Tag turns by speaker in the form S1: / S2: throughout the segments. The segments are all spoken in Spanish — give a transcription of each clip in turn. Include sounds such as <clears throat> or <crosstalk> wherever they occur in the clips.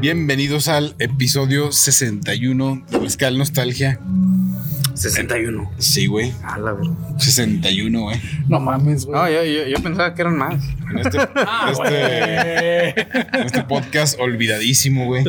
S1: Bienvenidos al episodio 61 de Mezcal Nostalgia.
S2: 61.
S1: Sí, güey.
S2: A la verdad.
S1: 61, güey.
S3: No mames, güey.
S2: No, yo, yo, yo pensaba que eran más.
S1: En <laughs> este, este- en este podcast olvidadísimo, güey.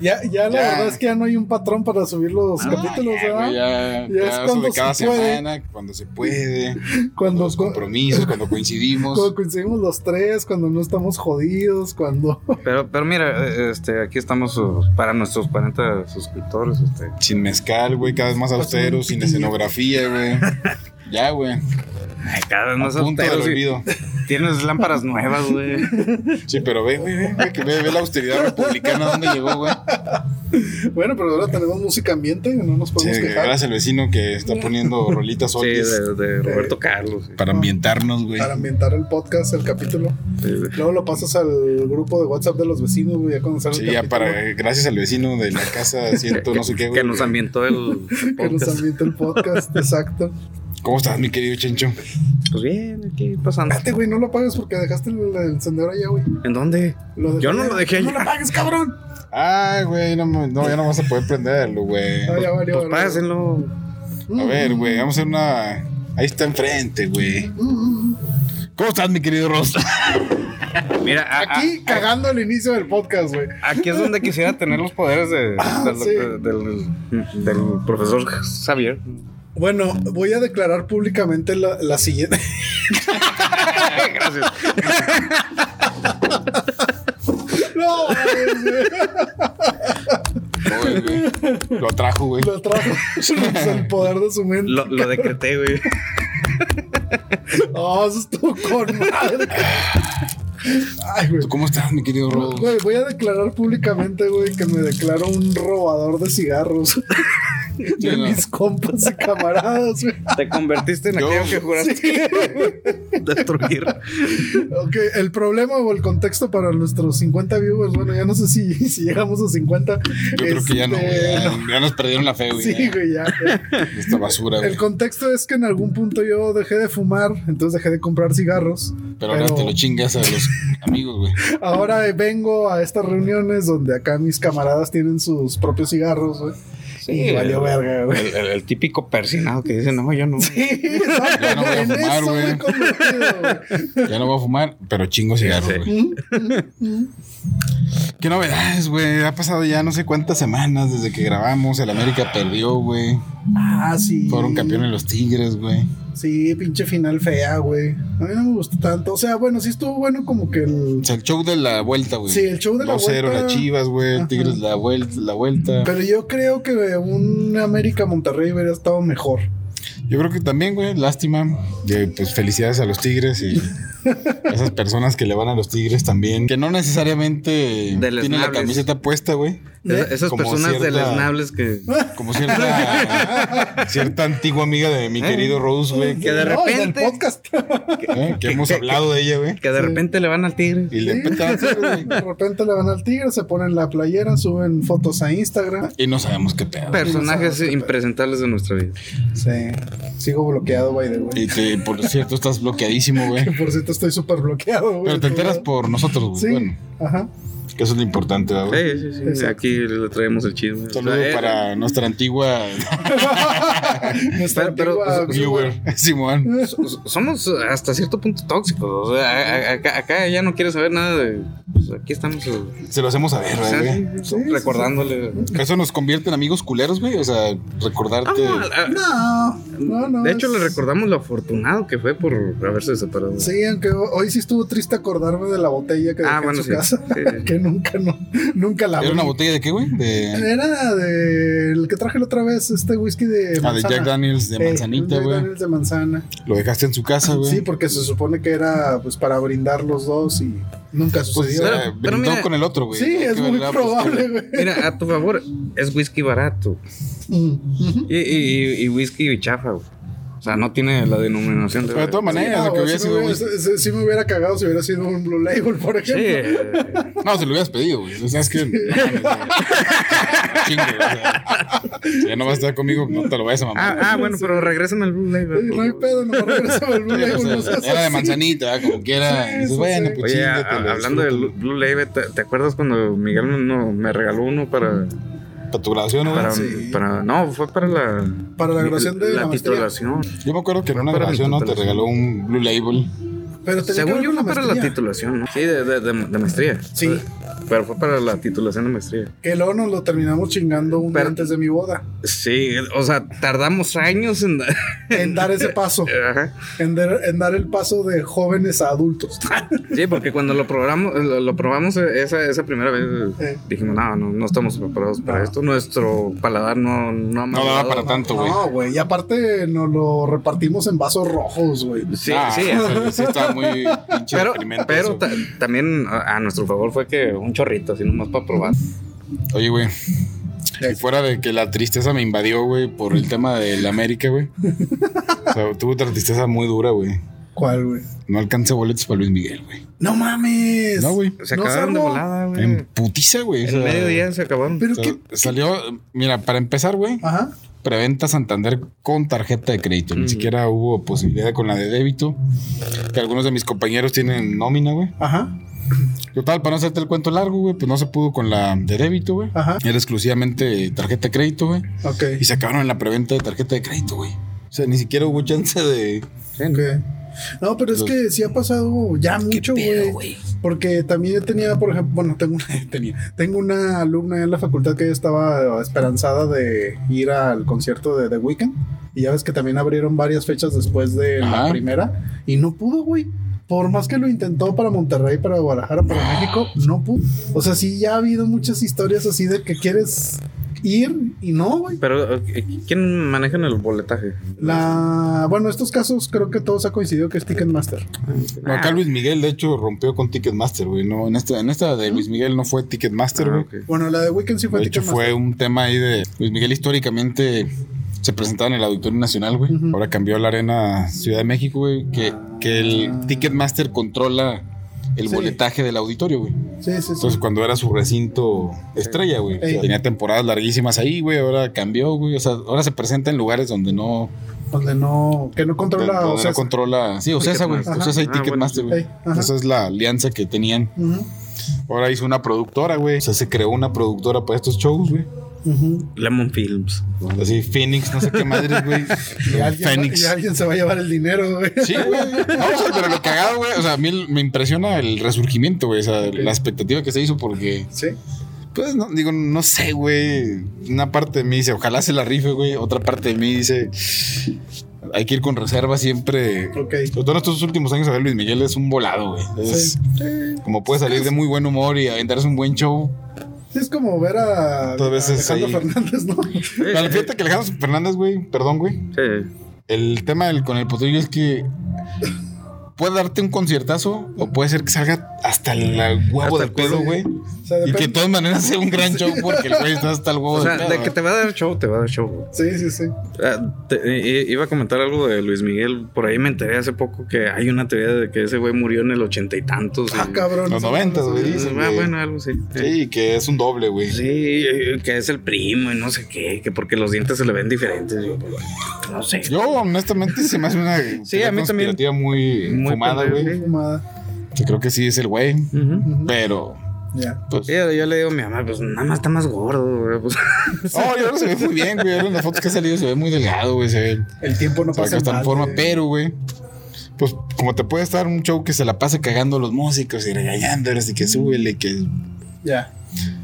S3: Ya, ya la
S1: Ya.
S3: verdad es que ya no hay un patrón para subir los capítulos, ¿verdad?
S1: Güey, Ya,
S3: Ya es
S1: ya
S3: cuando
S1: sobre
S3: se
S1: cada
S3: puede.
S1: semana, cuando se puede,
S3: Cuando,
S1: los
S3: cu-
S1: compromisos, cuando
S3: cuando
S1: coincidimos.
S3: coincidimos los tres, cuando no estamos jodidos, cuando.
S2: <laughs>
S3: <laughs>
S2: Pero, pero mira, eh, este, aquí estamos uh, para nuestros 40 suscriptores. Este.
S1: Sin mezcal, güey, cada vez más austeros, sin escenografía, güey. Ya, güey.
S2: Ay, cada vez más
S1: A punto del
S2: austeros, sí.
S1: olvido.
S2: Tienes lámparas nuevas, <laughs> güey.
S1: Sí, pero ve, güey, ve, ve, que ve, ve la austeridad republicana donde llegó, güey.
S3: Bueno, pero ahora tenemos música ambiente, no nos
S1: Sí,
S3: podemos quejar.
S1: gracias al vecino que está poniendo rolitas
S2: Sí,
S1: oldies
S2: de, de Roberto Carlos. sí.
S1: para ambientarnos, güey.
S3: Para ambientar el podcast, el capítulo.
S2: Sí, güey.
S3: Luego lo pasas al grupo de WhatsApp de los vecinos, güey, ya cuando sale
S1: Sí,
S3: el
S1: ya
S3: capítulo,
S1: para, eh, gracias al vecino de la
S3: <laughs>
S1: casa, siento no sé qué, güey.
S2: Que nos ambientó <laughs> el
S3: Que nos
S2: podcast.
S3: ambiente
S1: <laughs>
S3: el podcast, exacto.
S1: ¿Cómo estás, mi querido Chencho?
S2: Pues bien, aquí pasando.
S3: Espérate, güey, no lo apagues porque dejaste el, el encendedor allá, güey.
S2: ¿En dónde?
S3: Lo
S2: Yo no lo dejé
S3: No
S2: allá.
S3: lo apagues, cabrón.
S1: Ay, güey, no, me- no, ya no vas a poder prenderlo, güey.
S3: Ah, ya valió, Mm,
S2: Pues
S3: valió.
S2: pásenlo.
S1: A ver, güey, vamos a hacer una. Ahí está enfrente, güey.
S3: Mm, mm,
S1: ¿Cómo estás, mi querido
S2: <laughs>
S1: Ross?
S2: Mira,
S1: Ah,
S2: a- a-
S3: Aquí cagando el inicio del podcast, güey.
S2: aquí es donde quisiera tener los poderes de-
S3: Ah,
S2: del,
S3: sí.
S2: del- del profesor Xavier.
S3: Bueno, voy a declarar públicamente la, la siguiente.
S2: <laughs> Gracias.
S3: no, güey,
S1: Oye, güey, Lo atrajo, güey.
S3: lo trajo el poder de su mente.
S2: Lo, lo decreté, güey.
S3: Oh, eso estuvo con madre. Ay, güey.
S1: ¿Tú ¿Cómo estás, mi querido Ross?
S3: Güey, voy a declarar públicamente, güey, que me declaro un robador de cigarros de
S1: no.
S3: mis compas y camaradas, güey.
S2: Te convertiste en
S1: Yo-
S2: aquello que juraste destruir.
S3: Ok, el problema o el contexto para nuestros 50 viewers, bueno, ya no sé si, <laughs> si llegamos a 50.
S1: Yo creo que ya no, güey.
S3: Este,
S1: Ya, ya nos perdieron la fe, güey.
S3: Sí,
S1: ya,
S3: güey, ya. ya.
S1: de Esta basura, güey.
S3: El contexto es que en algún punto yo dejé de fumar, entonces dejé de comprar cigarros.
S1: Pero ahora
S3: pero-
S1: te lo chingas a los amigos, güey.
S3: Ahora eh, vengo a estas reuniones donde acá mis camaradas tienen sus propios cigarros, güey. <laughs> y valió verga, güey.
S2: El, el- el típico persinado que dice, no, yo no.
S3: Sí, exacto,
S1: Ya no voy a
S3: en
S1: fumar,
S3: eso me
S1: güey.
S3: he convertido, ¿Mm? güey.
S1: Ya no voy a fumar, pero chingo cigarros,
S2: Sí.
S1: güey. Qué novedades, güey. Ha pasado ya no sé cuántas semanas desde que grabamos. El América perdió, güey.
S3: Ah, sí.
S1: Fueron campeones los Tigres, güey.
S3: Sí, pinche final fea, güey. A mí no me gustó tanto. O sea, bueno, sí estuvo bueno como que el...
S1: O sea, el show de la vuelta, güey.
S3: Sí, el show de la
S1: 2-0
S3: vuelta.
S1: las Chivas, güey.
S3: Ajá.
S1: Tigres la vuelta, la vuelta.
S3: Pero yo creo que un América Monterrey hubiera estado mejor.
S1: Yo creo que también, güey, lástima. Y, pues felicidades a los Tigres
S3: <laughs>
S1: y a esas personas que le van a los Tigres también. Que no necesariamente
S2: Deleznables.
S1: tienen la camiseta puesta, güey.
S2: Esa- esas
S1: Como
S2: personas
S1: cierta-
S2: deleznables que,
S1: Como
S2: <laughs>
S1: cierta, cierta antigua amiga de mi querido Rose, güey.
S2: Eh. que
S1: Que,
S2: de
S3: No, y del
S2: repente-
S3: podcast.
S1: eh, que hemos
S2: que-
S1: hablado de ella, güey.
S2: que de repente le van al tigre.
S1: Y le
S3: Sí.
S1: empezamos a hacer, güey.
S3: De repente le van al tigre, se ponen la playera, suben fotos a Instagram.
S1: Y no sabemos qué pedo.
S2: Personajes impresentables de nuestra vida.
S3: Sí. Sigo bloqueado, by the way.
S1: Y que, por cierto, estás bloqueadísimo, güey.
S3: Por cierto, estoy súper bloqueado, güey.
S1: Pero te enteras por nosotros, güey.
S3: Sí.
S1: Bueno,
S2: <laughs>
S3: Ajá.
S1: que eso es lo importante, ¿verdad, güey.
S2: Sí, sí, sí.
S3: Exacto.
S2: Aquí le traemos el chisme.
S1: Un
S2: O
S1: Saludo
S2: sea, eh,
S1: para nuestra antigua
S3: Nuestra
S2: pero- pues, pero-
S3: antigua-
S1: viewer, <laughs> Simón.
S2: so- Somos hasta cierto punto tóxicos. O sea, a- a- acá, acá ya no quiere saber nada de. pues, aquí estamos. eh,
S1: Se lo hacemos saber,
S2: o sea,
S1: güey.
S2: sí,
S3: Sí, sí,
S2: recordándole.
S1: Eso nos convierte en amigos culeros, güey. O sea,
S2: Ah,
S1: recordarte.
S2: no, a-
S3: No, no, no.
S2: de hecho, le
S3: es-
S2: recordamos lo afortunado que fue por haberse separado.
S3: Pues, Sí, aunque hoy sí estuvo triste acordarme de la botella que dejé
S2: Ah, bueno,
S3: en su
S2: sí.
S3: casa.
S2: Sí, sí.
S3: <laughs> Que nunca, no, nunca la
S1: ¿Era una
S3: abrí.
S1: botella de qué, güey?
S2: Eh.
S1: De,
S3: Era del que traje la otra vez, este whisky de
S1: ah, de
S3: manzana.
S1: Jack Daniels, de
S3: Eh,
S1: manzanita,
S3: Jack
S1: güey.
S3: Daniels de manzana.
S1: Lo dejaste en su casa, güey. Pues,
S3: Sí, porque se supone que era pues para brindar los dos y nunca
S1: pues,
S3: sucedió.
S1: eh,
S2: Pero- pero
S1: brindó
S2: mira-
S1: con el otro, güey.
S3: sí,
S1: Hay
S3: es
S1: que
S3: muy
S1: verla, pues,
S2: <laughs>
S3: probable, güey.
S2: Mira, a tu favor, es whisky barato.
S3: Mm, ujú.
S2: Y, y- y- y whisky chafa, güey. O sea, no tiene la denominación
S1: Pero de todas maneras, lo que hubiera
S3: si, me
S1: sido.
S3: hubiera,
S1: güey.
S3: si- si me hubiera cagado si hubiera sido un Blue Label, por
S2: Sí.
S3: ejemplo.
S2: eh, ah,
S1: No, se lo hubieras pedido, güey. O sea, es que. no mames, güey. Chingo, güey, o sea, si ya no vas a estar conmigo, no te lo vayas a mamar.
S2: Ah, ah, bueno, pero regrésame el Blue
S3: Eh,
S2: Label.
S3: No hay pedo, no
S1: <laughs>
S3: regresaba el Blue
S1: Sí,
S3: Label.
S1: o
S3: no
S1: sea,
S3: seas
S1: era de
S3: así.
S1: manzanita, como quiera.
S3: Sí,
S1: Y dices,
S3: sí,
S1: bueno,
S3: sí.
S1: pues
S2: Oye,
S1: chingatelo,
S2: a- hablando del
S1: disfrútalo.
S2: Blue Label, ¿te, te acuerdas cuando Miguel me, no- me regaló uno para,
S1: Para tu grabación, güey.
S2: para,
S3: Ah, sí.
S2: para- No, fue para la.
S3: Para la grabación de la,
S2: la
S3: maestría.
S2: titulación.
S1: Yo me acuerdo que en una
S2: Para
S1: grabación
S2: mi
S1: ¿no? te
S2: titulación.
S1: regaló un Blue Label.
S3: Pero tenía que
S2: Según
S3: ver
S2: yo,
S3: con
S2: fue para la
S3: maestría.
S2: titulación, ¿no? Sí, de, de, de- de maestría.
S3: Sí.
S2: Pero fue para la titulación de maestría.
S3: Que luego nos lo terminamos chingando un día
S2: Pero-
S3: antes de mi boda.
S2: Sí, o sea, tardamos años en.
S3: En
S2: <laughs>
S3: dar ese paso.
S2: Ajá.
S3: En, dar- en dar el paso de jóvenes
S1: <laughs>
S3: a adultos.
S2: Sí, porque cuando lo probamos, lo, lo probamos esa, esa primera vez,
S3: Eh.
S2: dijimos, no, no, no estamos preparados para
S3: No.
S2: esto. Nuestro paladar no, no ha
S1: No daba
S2: madurado.
S1: para tanto, güey.
S3: No, güey. Y aparte nos lo repartimos en vasos rojos, güey.
S2: Sí,
S1: Ah,
S2: sí.
S1: o sea, <laughs> sí estaba muy pinche
S2: Pero,
S1: deprimente
S2: pero
S1: eso,
S2: ta-
S1: güey.
S2: también a, a nuestro favor fue que un chorrito, así nomás para probar.
S1: Oye, güey. Si fuera de que la tristeza me invadió, güey, por el tema del América, güey. O sea, tuve otra tristeza muy dura, güey.
S3: ¿Cuál, güey?
S1: No alcancé boletos para Luis Miguel, güey.
S3: No mames.
S1: No, güey.
S2: Se
S3: No
S2: acabaron de
S3: salvo.
S2: volada, güey.
S1: En putiza, güey. o
S2: En
S1: sea,
S2: mediodía se acabaron.
S3: Pero
S1: o sea,
S3: qué.
S1: Salió, mira, para empezar, güey,
S3: Ajá.
S1: preventa Santander con tarjeta de crédito. Ni
S2: Mm.
S1: siquiera hubo posibilidad con la de débito. Que algunos de mis compañeros tienen nómina, güey.
S3: Ajá.
S1: Total, para no hacerte el cuento largo, güey, pues no se pudo con la de débito, güey.
S3: Ajá.
S1: Era exclusivamente tarjeta de crédito, güey.
S3: Ok.
S1: Y se acabaron en la preventa de tarjeta de crédito, güey. O sea, ni siquiera hubo chance de.
S3: Ok. No, pero es que sí ha pasado ya mucho, güey. Porque también yo tenía, por ejemplo, bueno, tengo una, <laughs> tenía, tengo una alumna en la facultad que estaba esperanzada de ir al concierto de The Weeknd. Y ya ves que también abrieron varias fechas después de la
S1: Ajá.
S3: primera. Y no pudo, güey. Por más que lo intentó para Monterrey, para Guadalajara, para México, no pudo. O sea, sí ya ha habido muchas historias así de que quieres ir y no, güey.
S2: Pero, eh, ¿quién maneja el boletaje?
S3: La... Bueno, estos casos creo que todos ha coincidido que es Ticketmaster.
S2: Ah.
S1: No, acá Luis Miguel, de hecho, rompió con Ticketmaster, güey. No, en esta, en esta de Luis Miguel no fue Ticketmaster,
S2: Ah,
S1: güey.
S2: ok.
S3: Bueno, la de Weekend sí fue
S1: De hecho, fue
S3: Ticketmaster.
S1: un tema ahí de. Luis Miguel históricamente se presentaba en el Auditorio Nacional, güey.
S3: Ujú.
S1: Ahora cambió a la Arena Ciudad de México, güey. Que, que el Ticketmaster controla el
S3: Sí.
S1: boletaje del auditorio, güey.
S3: Sí, sí, sí.
S1: Entonces, cuando era su recinto estrella, güey.
S3: Ey.
S1: Tenía temporadas larguísimas ahí, güey. Ahora cambió, güey. O sea, ahora se presenta en lugares donde no,
S3: donde Pues no. Que no controla.
S1: donde
S3: o sea,
S1: no controla. Sí, Ocesa, güey.
S2: Ticketmaster.
S1: Ocesa y
S2: Ajá. Ah,
S1: Ticketmaster,
S3: bueno,
S1: güey.
S3: sí. Ey, ajá.
S1: Esa es la alianza que tenían.
S3: ujú,
S1: Ahora hizo una productora, güey. O sea, se creó una productora para estos shows, güey.
S3: ujú.
S2: Lemon Films.
S1: Así, Phoenix, no sé qué madres, güey.
S3: <laughs> Y alguien,
S1: Phoenix.
S3: y alguien se va a llevar el dinero, güey. <laughs>
S1: Sí, güey. No, o sea, pero lo cagado, güey. O sea, a mí me impresiona el resurgimiento, güey. O sea, la expectativa que se hizo porque.
S3: Sí.
S1: Pues no, digo, no sé, güey. Una parte de mí dice, ojalá se la rife, güey. Otra parte de mí dice, hay que ir con reserva siempre.
S3: Ok.
S1: Sobre todo en estos últimos años, a ver, Luis Miguel es un volado, güey. Es,
S3: Sí. Eh,
S1: Como puede salir de muy buen humor y aventarse un buen show.
S3: Es como ver a,
S1: Todas veces
S3: Alejandro
S1: ahí.
S3: Fernández, ¿no? <laughs>
S1: Pero fíjate que Alejandro Fernández, güey, perdón, güey.
S2: Sí.
S1: El tema del, con el potrillo es que puede darte un conciertazo o puede ser que salga hasta el huevo
S2: Hasta
S1: del
S2: el
S1: pedo,
S2: culo.
S1: güey.
S3: O sea,
S1: Y que de
S3: depende-
S1: todas maneras sea un gran show porque el güey está hasta el huevo
S2: O sea,
S1: del pedo.
S2: de que te va a dar show, te va a dar show. güey.
S3: Sí, sí, sí.
S2: Ah, te- i- iba a comentar algo de Luis Miguel. Por ahí me enteré hace poco que hay una teoría de que ese güey murió en el ochenta y tantos.
S3: Ah,
S2: y-
S3: cabrón.
S1: Los
S3: eso no
S1: noventas,
S3: lo
S1: güey,
S3: sabía.
S1: dicen,
S2: Ah,
S1: güey.
S2: bueno, algo sí.
S1: Sí, que es un doble, güey.
S2: Sí, eh, que es el primo y no sé qué, que porque los dientes se le ven diferentes. Yo, pues, no sé.
S1: Yo, honestamente, se me hace una
S2: <laughs> Sí, a mí también.
S1: conspirativa muy,
S2: Muy
S1: fumada,
S2: pendeja,
S1: güey.
S2: sí.
S3: Fumada.
S1: Yo creo que sí es el güey,
S2: Ujú.
S3: Ujú.
S1: pero...
S3: Ya.
S1: Pues,
S2: Sí, Yo, le digo a mi mamá, pues nada más está más gordo. güey, pues. <laughs>
S1: Oh, y ahora se ve muy bien, güey. Ahora en las fotos que ha salido se ve muy delgado, güey. Se ve
S3: El tiempo no
S1: se ve
S3: pasa
S1: que está en
S3: mal,
S1: forma,
S3: güey.
S1: pero, güey. Pues como te puede estar un show que se la pase cagando a los músicos y regañándoles y que súbele, que...
S3: Ya.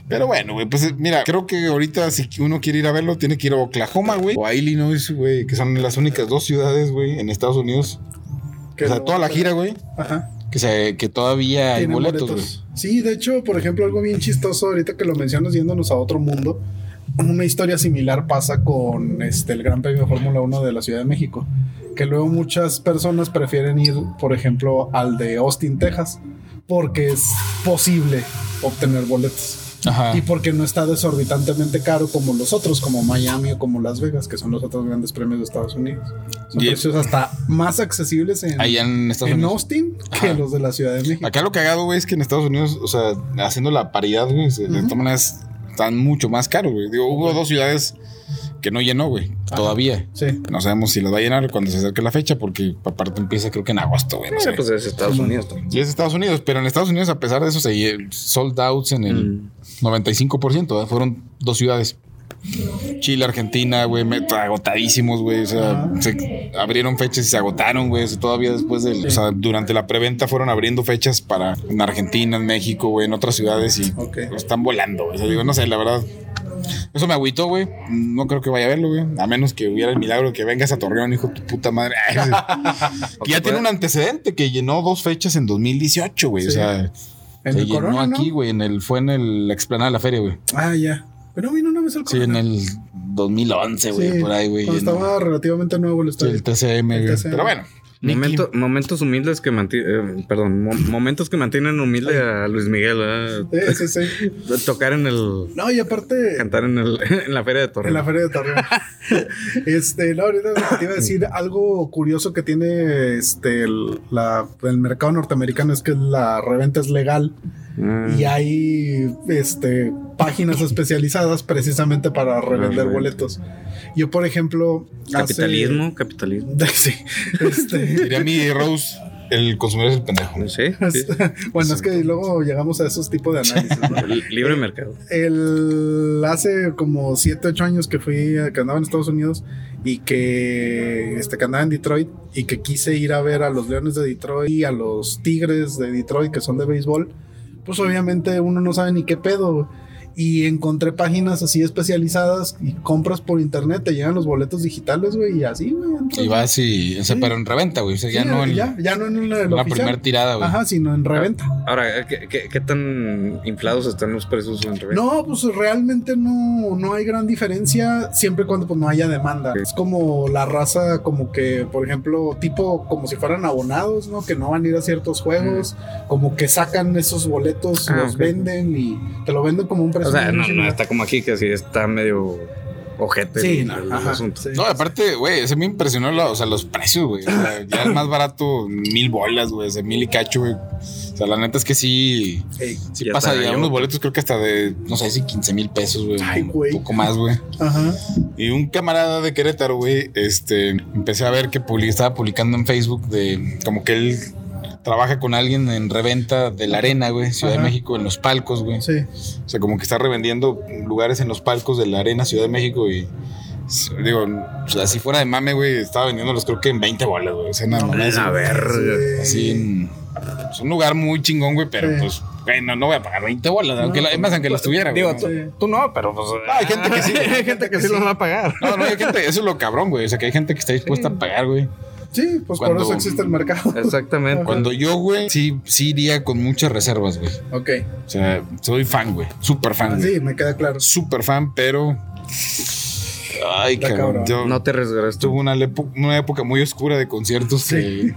S1: Pero bueno, güey, pues eh, mira, creo que ahorita si uno quiere ir a verlo, tiene que ir a Oklahoma, güey. O a Illinois, güey, que son las únicas dos ciudades, güey, en Estados Unidos.
S3: Que
S1: o sea,
S3: no-
S1: toda la gira, güey,
S3: Ajá.
S1: que, se, que todavía hay
S3: Tienen
S1: boletos, güey.
S3: boletos. Sí, de hecho, por ejemplo, algo bien chistoso ahorita que lo mencionas yéndonos a otro mundo. Una historia similar pasa con este el Gran Premio de Fórmula 1 de la Ciudad de México, que luego muchas personas prefieren ir, por ejemplo, al de Austin, Texas, porque es posible obtener boletos
S1: Ajá.
S3: y porque no está desorbitantemente caro como los otros, como Miami o como Las Vegas, que son los otros grandes premios de Estados Unidos. Son
S1: Y-
S3: precios hasta más accesibles en,
S1: Allá en Estados
S3: en
S1: Unidos.
S3: Austin que
S1: Ajá.
S3: los de la Ciudad de México.
S1: Acá lo cagado, güey, es que en Estados Unidos, o sea, haciendo la paridad, güey, se- de todas maneras están mucho más caros, güey. Digo, hubo dos ciudades que no llenó, güey, todavía.
S3: Sí.
S1: No sabemos si las va a llenar cuando se acerque la fecha, porque aparte empieza creo que en agosto, güey. No sé.
S2: Eh, pues es Estados Unidos también.
S1: Y es Estados Unidos, pero en Estados Unidos, a pesar de eso, se lle- sold outs en el
S2: Mm.
S1: 95%, ¿verdad? ¿eh? fueron dos ciudades. Chile, Argentina, güey, me- agotadísimos, güey. O sea,
S3: Ajá.
S1: se abrieron fechas y se agotaron, güey. O sea, todavía después del. O sea, durante la preventa fueron abriendo fechas para en Argentina, en México, güey, en otras ciudades y
S3: Ok.
S1: lo están volando, güey. O sea, digo, no sé, la verdad. Eso me agüitó, güey. No creo que vaya a verlo, güey. A menos que hubiera el milagro de que vengas a Torreón, hijo de tu puta
S3: <laughs>
S1: madre. <laughs> Ay, sí.
S2: O
S1: Que ya
S2: que
S1: tiene
S2: pueda-
S1: un antecedente que llenó dos fechas en 2018, güey. O
S3: Sí.
S1: sea,
S3: En
S1: se
S3: el
S1: llenó
S3: Corona, ¿no?
S1: aquí, güey. En el, fue en el la explanada de la feria, güey.
S3: Ah, ya. Pero vino una vez al
S1: Sí, en
S3: Corona.
S1: el 2011, güey,
S3: Sí,
S1: por ahí, güey.
S3: Cuando
S1: en-
S3: estaba relativamente nuevo el
S1: sí,
S3: estadio.
S1: el TCM,
S3: El
S1: güey.
S3: TCM.
S1: Pero bueno.
S2: Momento- momentos humildes que mantienen, perdón, mo- momentos que mantienen humilde a Luis Miguel, ¿verdad?
S3: Sí, sí, sí.
S2: tocar en el,
S3: No, y aparte,
S2: cantar en el, <laughs> en la feria de
S3: en la
S2: Torreón.
S3: feria
S2: <laughs>
S3: de Torreón. este, no, ahorita te iba a decir algo curioso que tiene este el, la- el mercado norteamericano es que la reventa es legal
S2: Ah,
S3: y hay este páginas especializadas precisamente para revender
S2: reventa.
S3: boletos. Yo, por ejemplo, hace-
S2: capitalismo, capitalismo.
S3: <laughs> sí, este,
S1: Diría mi Rose, el consumidor es el pendejo.
S2: No sé, sí.
S3: Este, <laughs> bueno, es que luego llegamos a esos tipos de
S1: <laughs>
S3: análisis. ¿no?
S2: Li- libre mercado.
S3: el hace como 7, 8 años que fui a- que andaba en Estados Unidos y que este que andaba en Detroit y que quise ir a ver a los Leones de Detroit y a los Tigres de Detroit que son de béisbol, pues obviamente uno no sabe ni qué pedo. Y encontré páginas así especializadas y compras por internet, te llegan los boletos digitales, güey, y así, güey. entras.
S1: Y va así, o sea,
S3: Sí.
S1: pero en reventa, güey. O sea,
S3: Sí,
S1: ya no en
S3: ya, ya no en la,
S1: la primera tirada, güey.
S3: Ajá, sino en reventa.
S2: Ahora, ¿qué, qué, qué tan inflados están los precios en revés?
S3: No, pues realmente no, no hay gran diferencia siempre y cuando pues, no haya demanda.
S2: Sí.
S3: Es como la raza, como que, por ejemplo, tipo como si fueran abonados, ¿no? Que no van a ir a ciertos juegos, como que sacan esos boletos,
S2: Mm. Ah,
S3: los
S2: ok.
S3: venden y te lo venden como un precio.
S2: o sea,
S3: muy
S2: no, no
S3: similar.
S2: está como aquí, que sí está medio ojete
S3: Sí,
S2: el,
S3: no,
S2: el
S3: ajá,
S2: asunto.
S3: sí.
S1: No, aparte, güey, se me impresionó la- o sea, los precios, güey. O sea, ya es más barato mil bolas, güey, o sea, mil y cacho, güey. O sea, la neta es que sí,
S3: Ey,
S1: sí
S2: Ya
S1: pasa.
S2: está,
S1: Ya
S2: yo-
S1: unos boletos creo que hasta de, no sé si 15 mil pesos, güey.
S3: Ay,
S1: Un
S3: güey.
S1: poco más, güey.
S3: ajá.
S1: Y un camarada de Querétaro, güey, este, empecé a ver que publi- estaba publicando en Facebook de como que él trabaja con alguien en reventa de la arena, güey, Ciudad
S3: Ajá.
S1: de México, en los palcos, güey.
S3: Sí.
S1: O sea, como que está revendiendo lugares en los palcos de la arena, Ciudad de México y... s- Digo, o sea, si fuera de mame, güey, estaba vendiéndolos creo que en 20 bolas, güey. O sea, nada más.
S2: A ver,
S1: Así
S3: <laughs>
S1: en- Es un lugar muy chingón, güey, pero
S3: Sí.
S1: pues, güey, no, no voy a pagar 20 bolas. aunque la, es más, aunque las tuviera, güey.
S2: Digo,
S1: ¿no?
S2: tú,
S3: Sí.
S2: tú no, pero pues.
S1: Ah, hay gente que sí.
S2: <laughs> Hay gente que sí los va a pagar.
S1: No, no, hay gente, eso es lo cabrón, güey. O sea, que hay gente que está dispuesta a pagar, güey.
S3: Sí, pues por
S1: Cuando-
S3: eso existe
S2: <laughs>
S3: el mercado.
S2: Exactamente.
S1: Cuando yo, güey, sí, sí iría con muchas reservas, güey.
S3: Ok.
S1: O sea, soy fan, güey. Súper fan, güey.
S3: Así, me queda claro.
S1: Súper fan, pero. Ay,
S3: Está
S1: cabrón.
S3: cabrón.
S1: Yo
S2: No te arriesgarás tú.
S1: tuve una, lepo- una época muy oscura de conciertos que.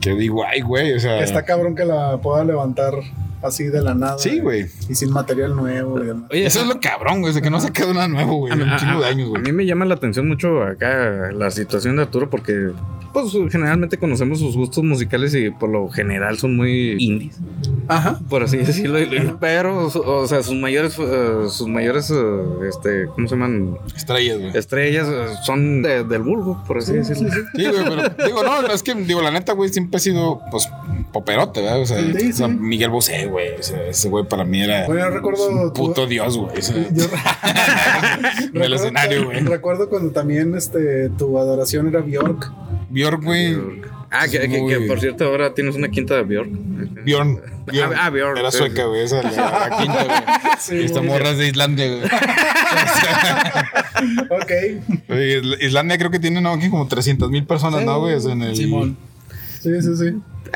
S1: que digo, ay, güey. O
S2: Eh.
S1: sea.
S3: Está cabrón que la pueda levantar así de la nada.
S1: Sí, güey.
S3: Y sin material nuevo y demás.
S2: Oye,
S1: Eso es lo cabrón, güey. O sea, que no se quedó nada nuevo, güey.
S2: A mí-
S1: Un chingo de
S2: a-
S1: años,
S2: a
S1: güey.
S2: mí me llama la atención mucho acá la situación de Arturo porque pues generalmente conocemos sus gustos musicales y por lo general son muy indies,
S3: Ajá.
S2: por así decirlo, y- pero su- o sea, sus mayores eh, sus mayores eh, este, ¿cómo se llaman?
S1: Estrellas, güey.
S2: estrellas eh, son de- del vulgo, por así decirlo.
S1: Sí, güey, pero digo, no, no, es que, digo, la neta, güey, siempre he sido, pues, poperote, ¿verdad? O sea,
S3: Sí,
S1: o sea,
S3: sí.
S1: Miguel Bosé, güey. O sea, ese güey para mí era
S3: Bueno, yo recuerdo.
S1: un puto dios, güey. O sea, <laughs>
S3: Yo-
S1: del
S3: Recuerdo-
S1: escenario, güey.
S3: Recuerdo cuando también este, tu adoración era Bjork.
S1: Bjork, güey.
S2: Ah, que, que- que, por cierto ahora tienes una quinta de Bjork.
S1: Bjorn. Bjorn.
S2: Ah, ah, Bjorn,
S1: Era
S2: sí,
S1: sueca,
S2: sí.
S1: güey. Esa la,
S2: <laughs>
S1: la quinta, güey.
S3: Sí,
S1: Y esta
S3: güey.
S1: morra es de Islandia, güey.
S3: Ok.
S1: Oye, Isl- Islandia creo que tiene no, aquí como 300 mil personas, ¿no, güey? O sea, en el.
S3: Simón. Sí, sí, sí.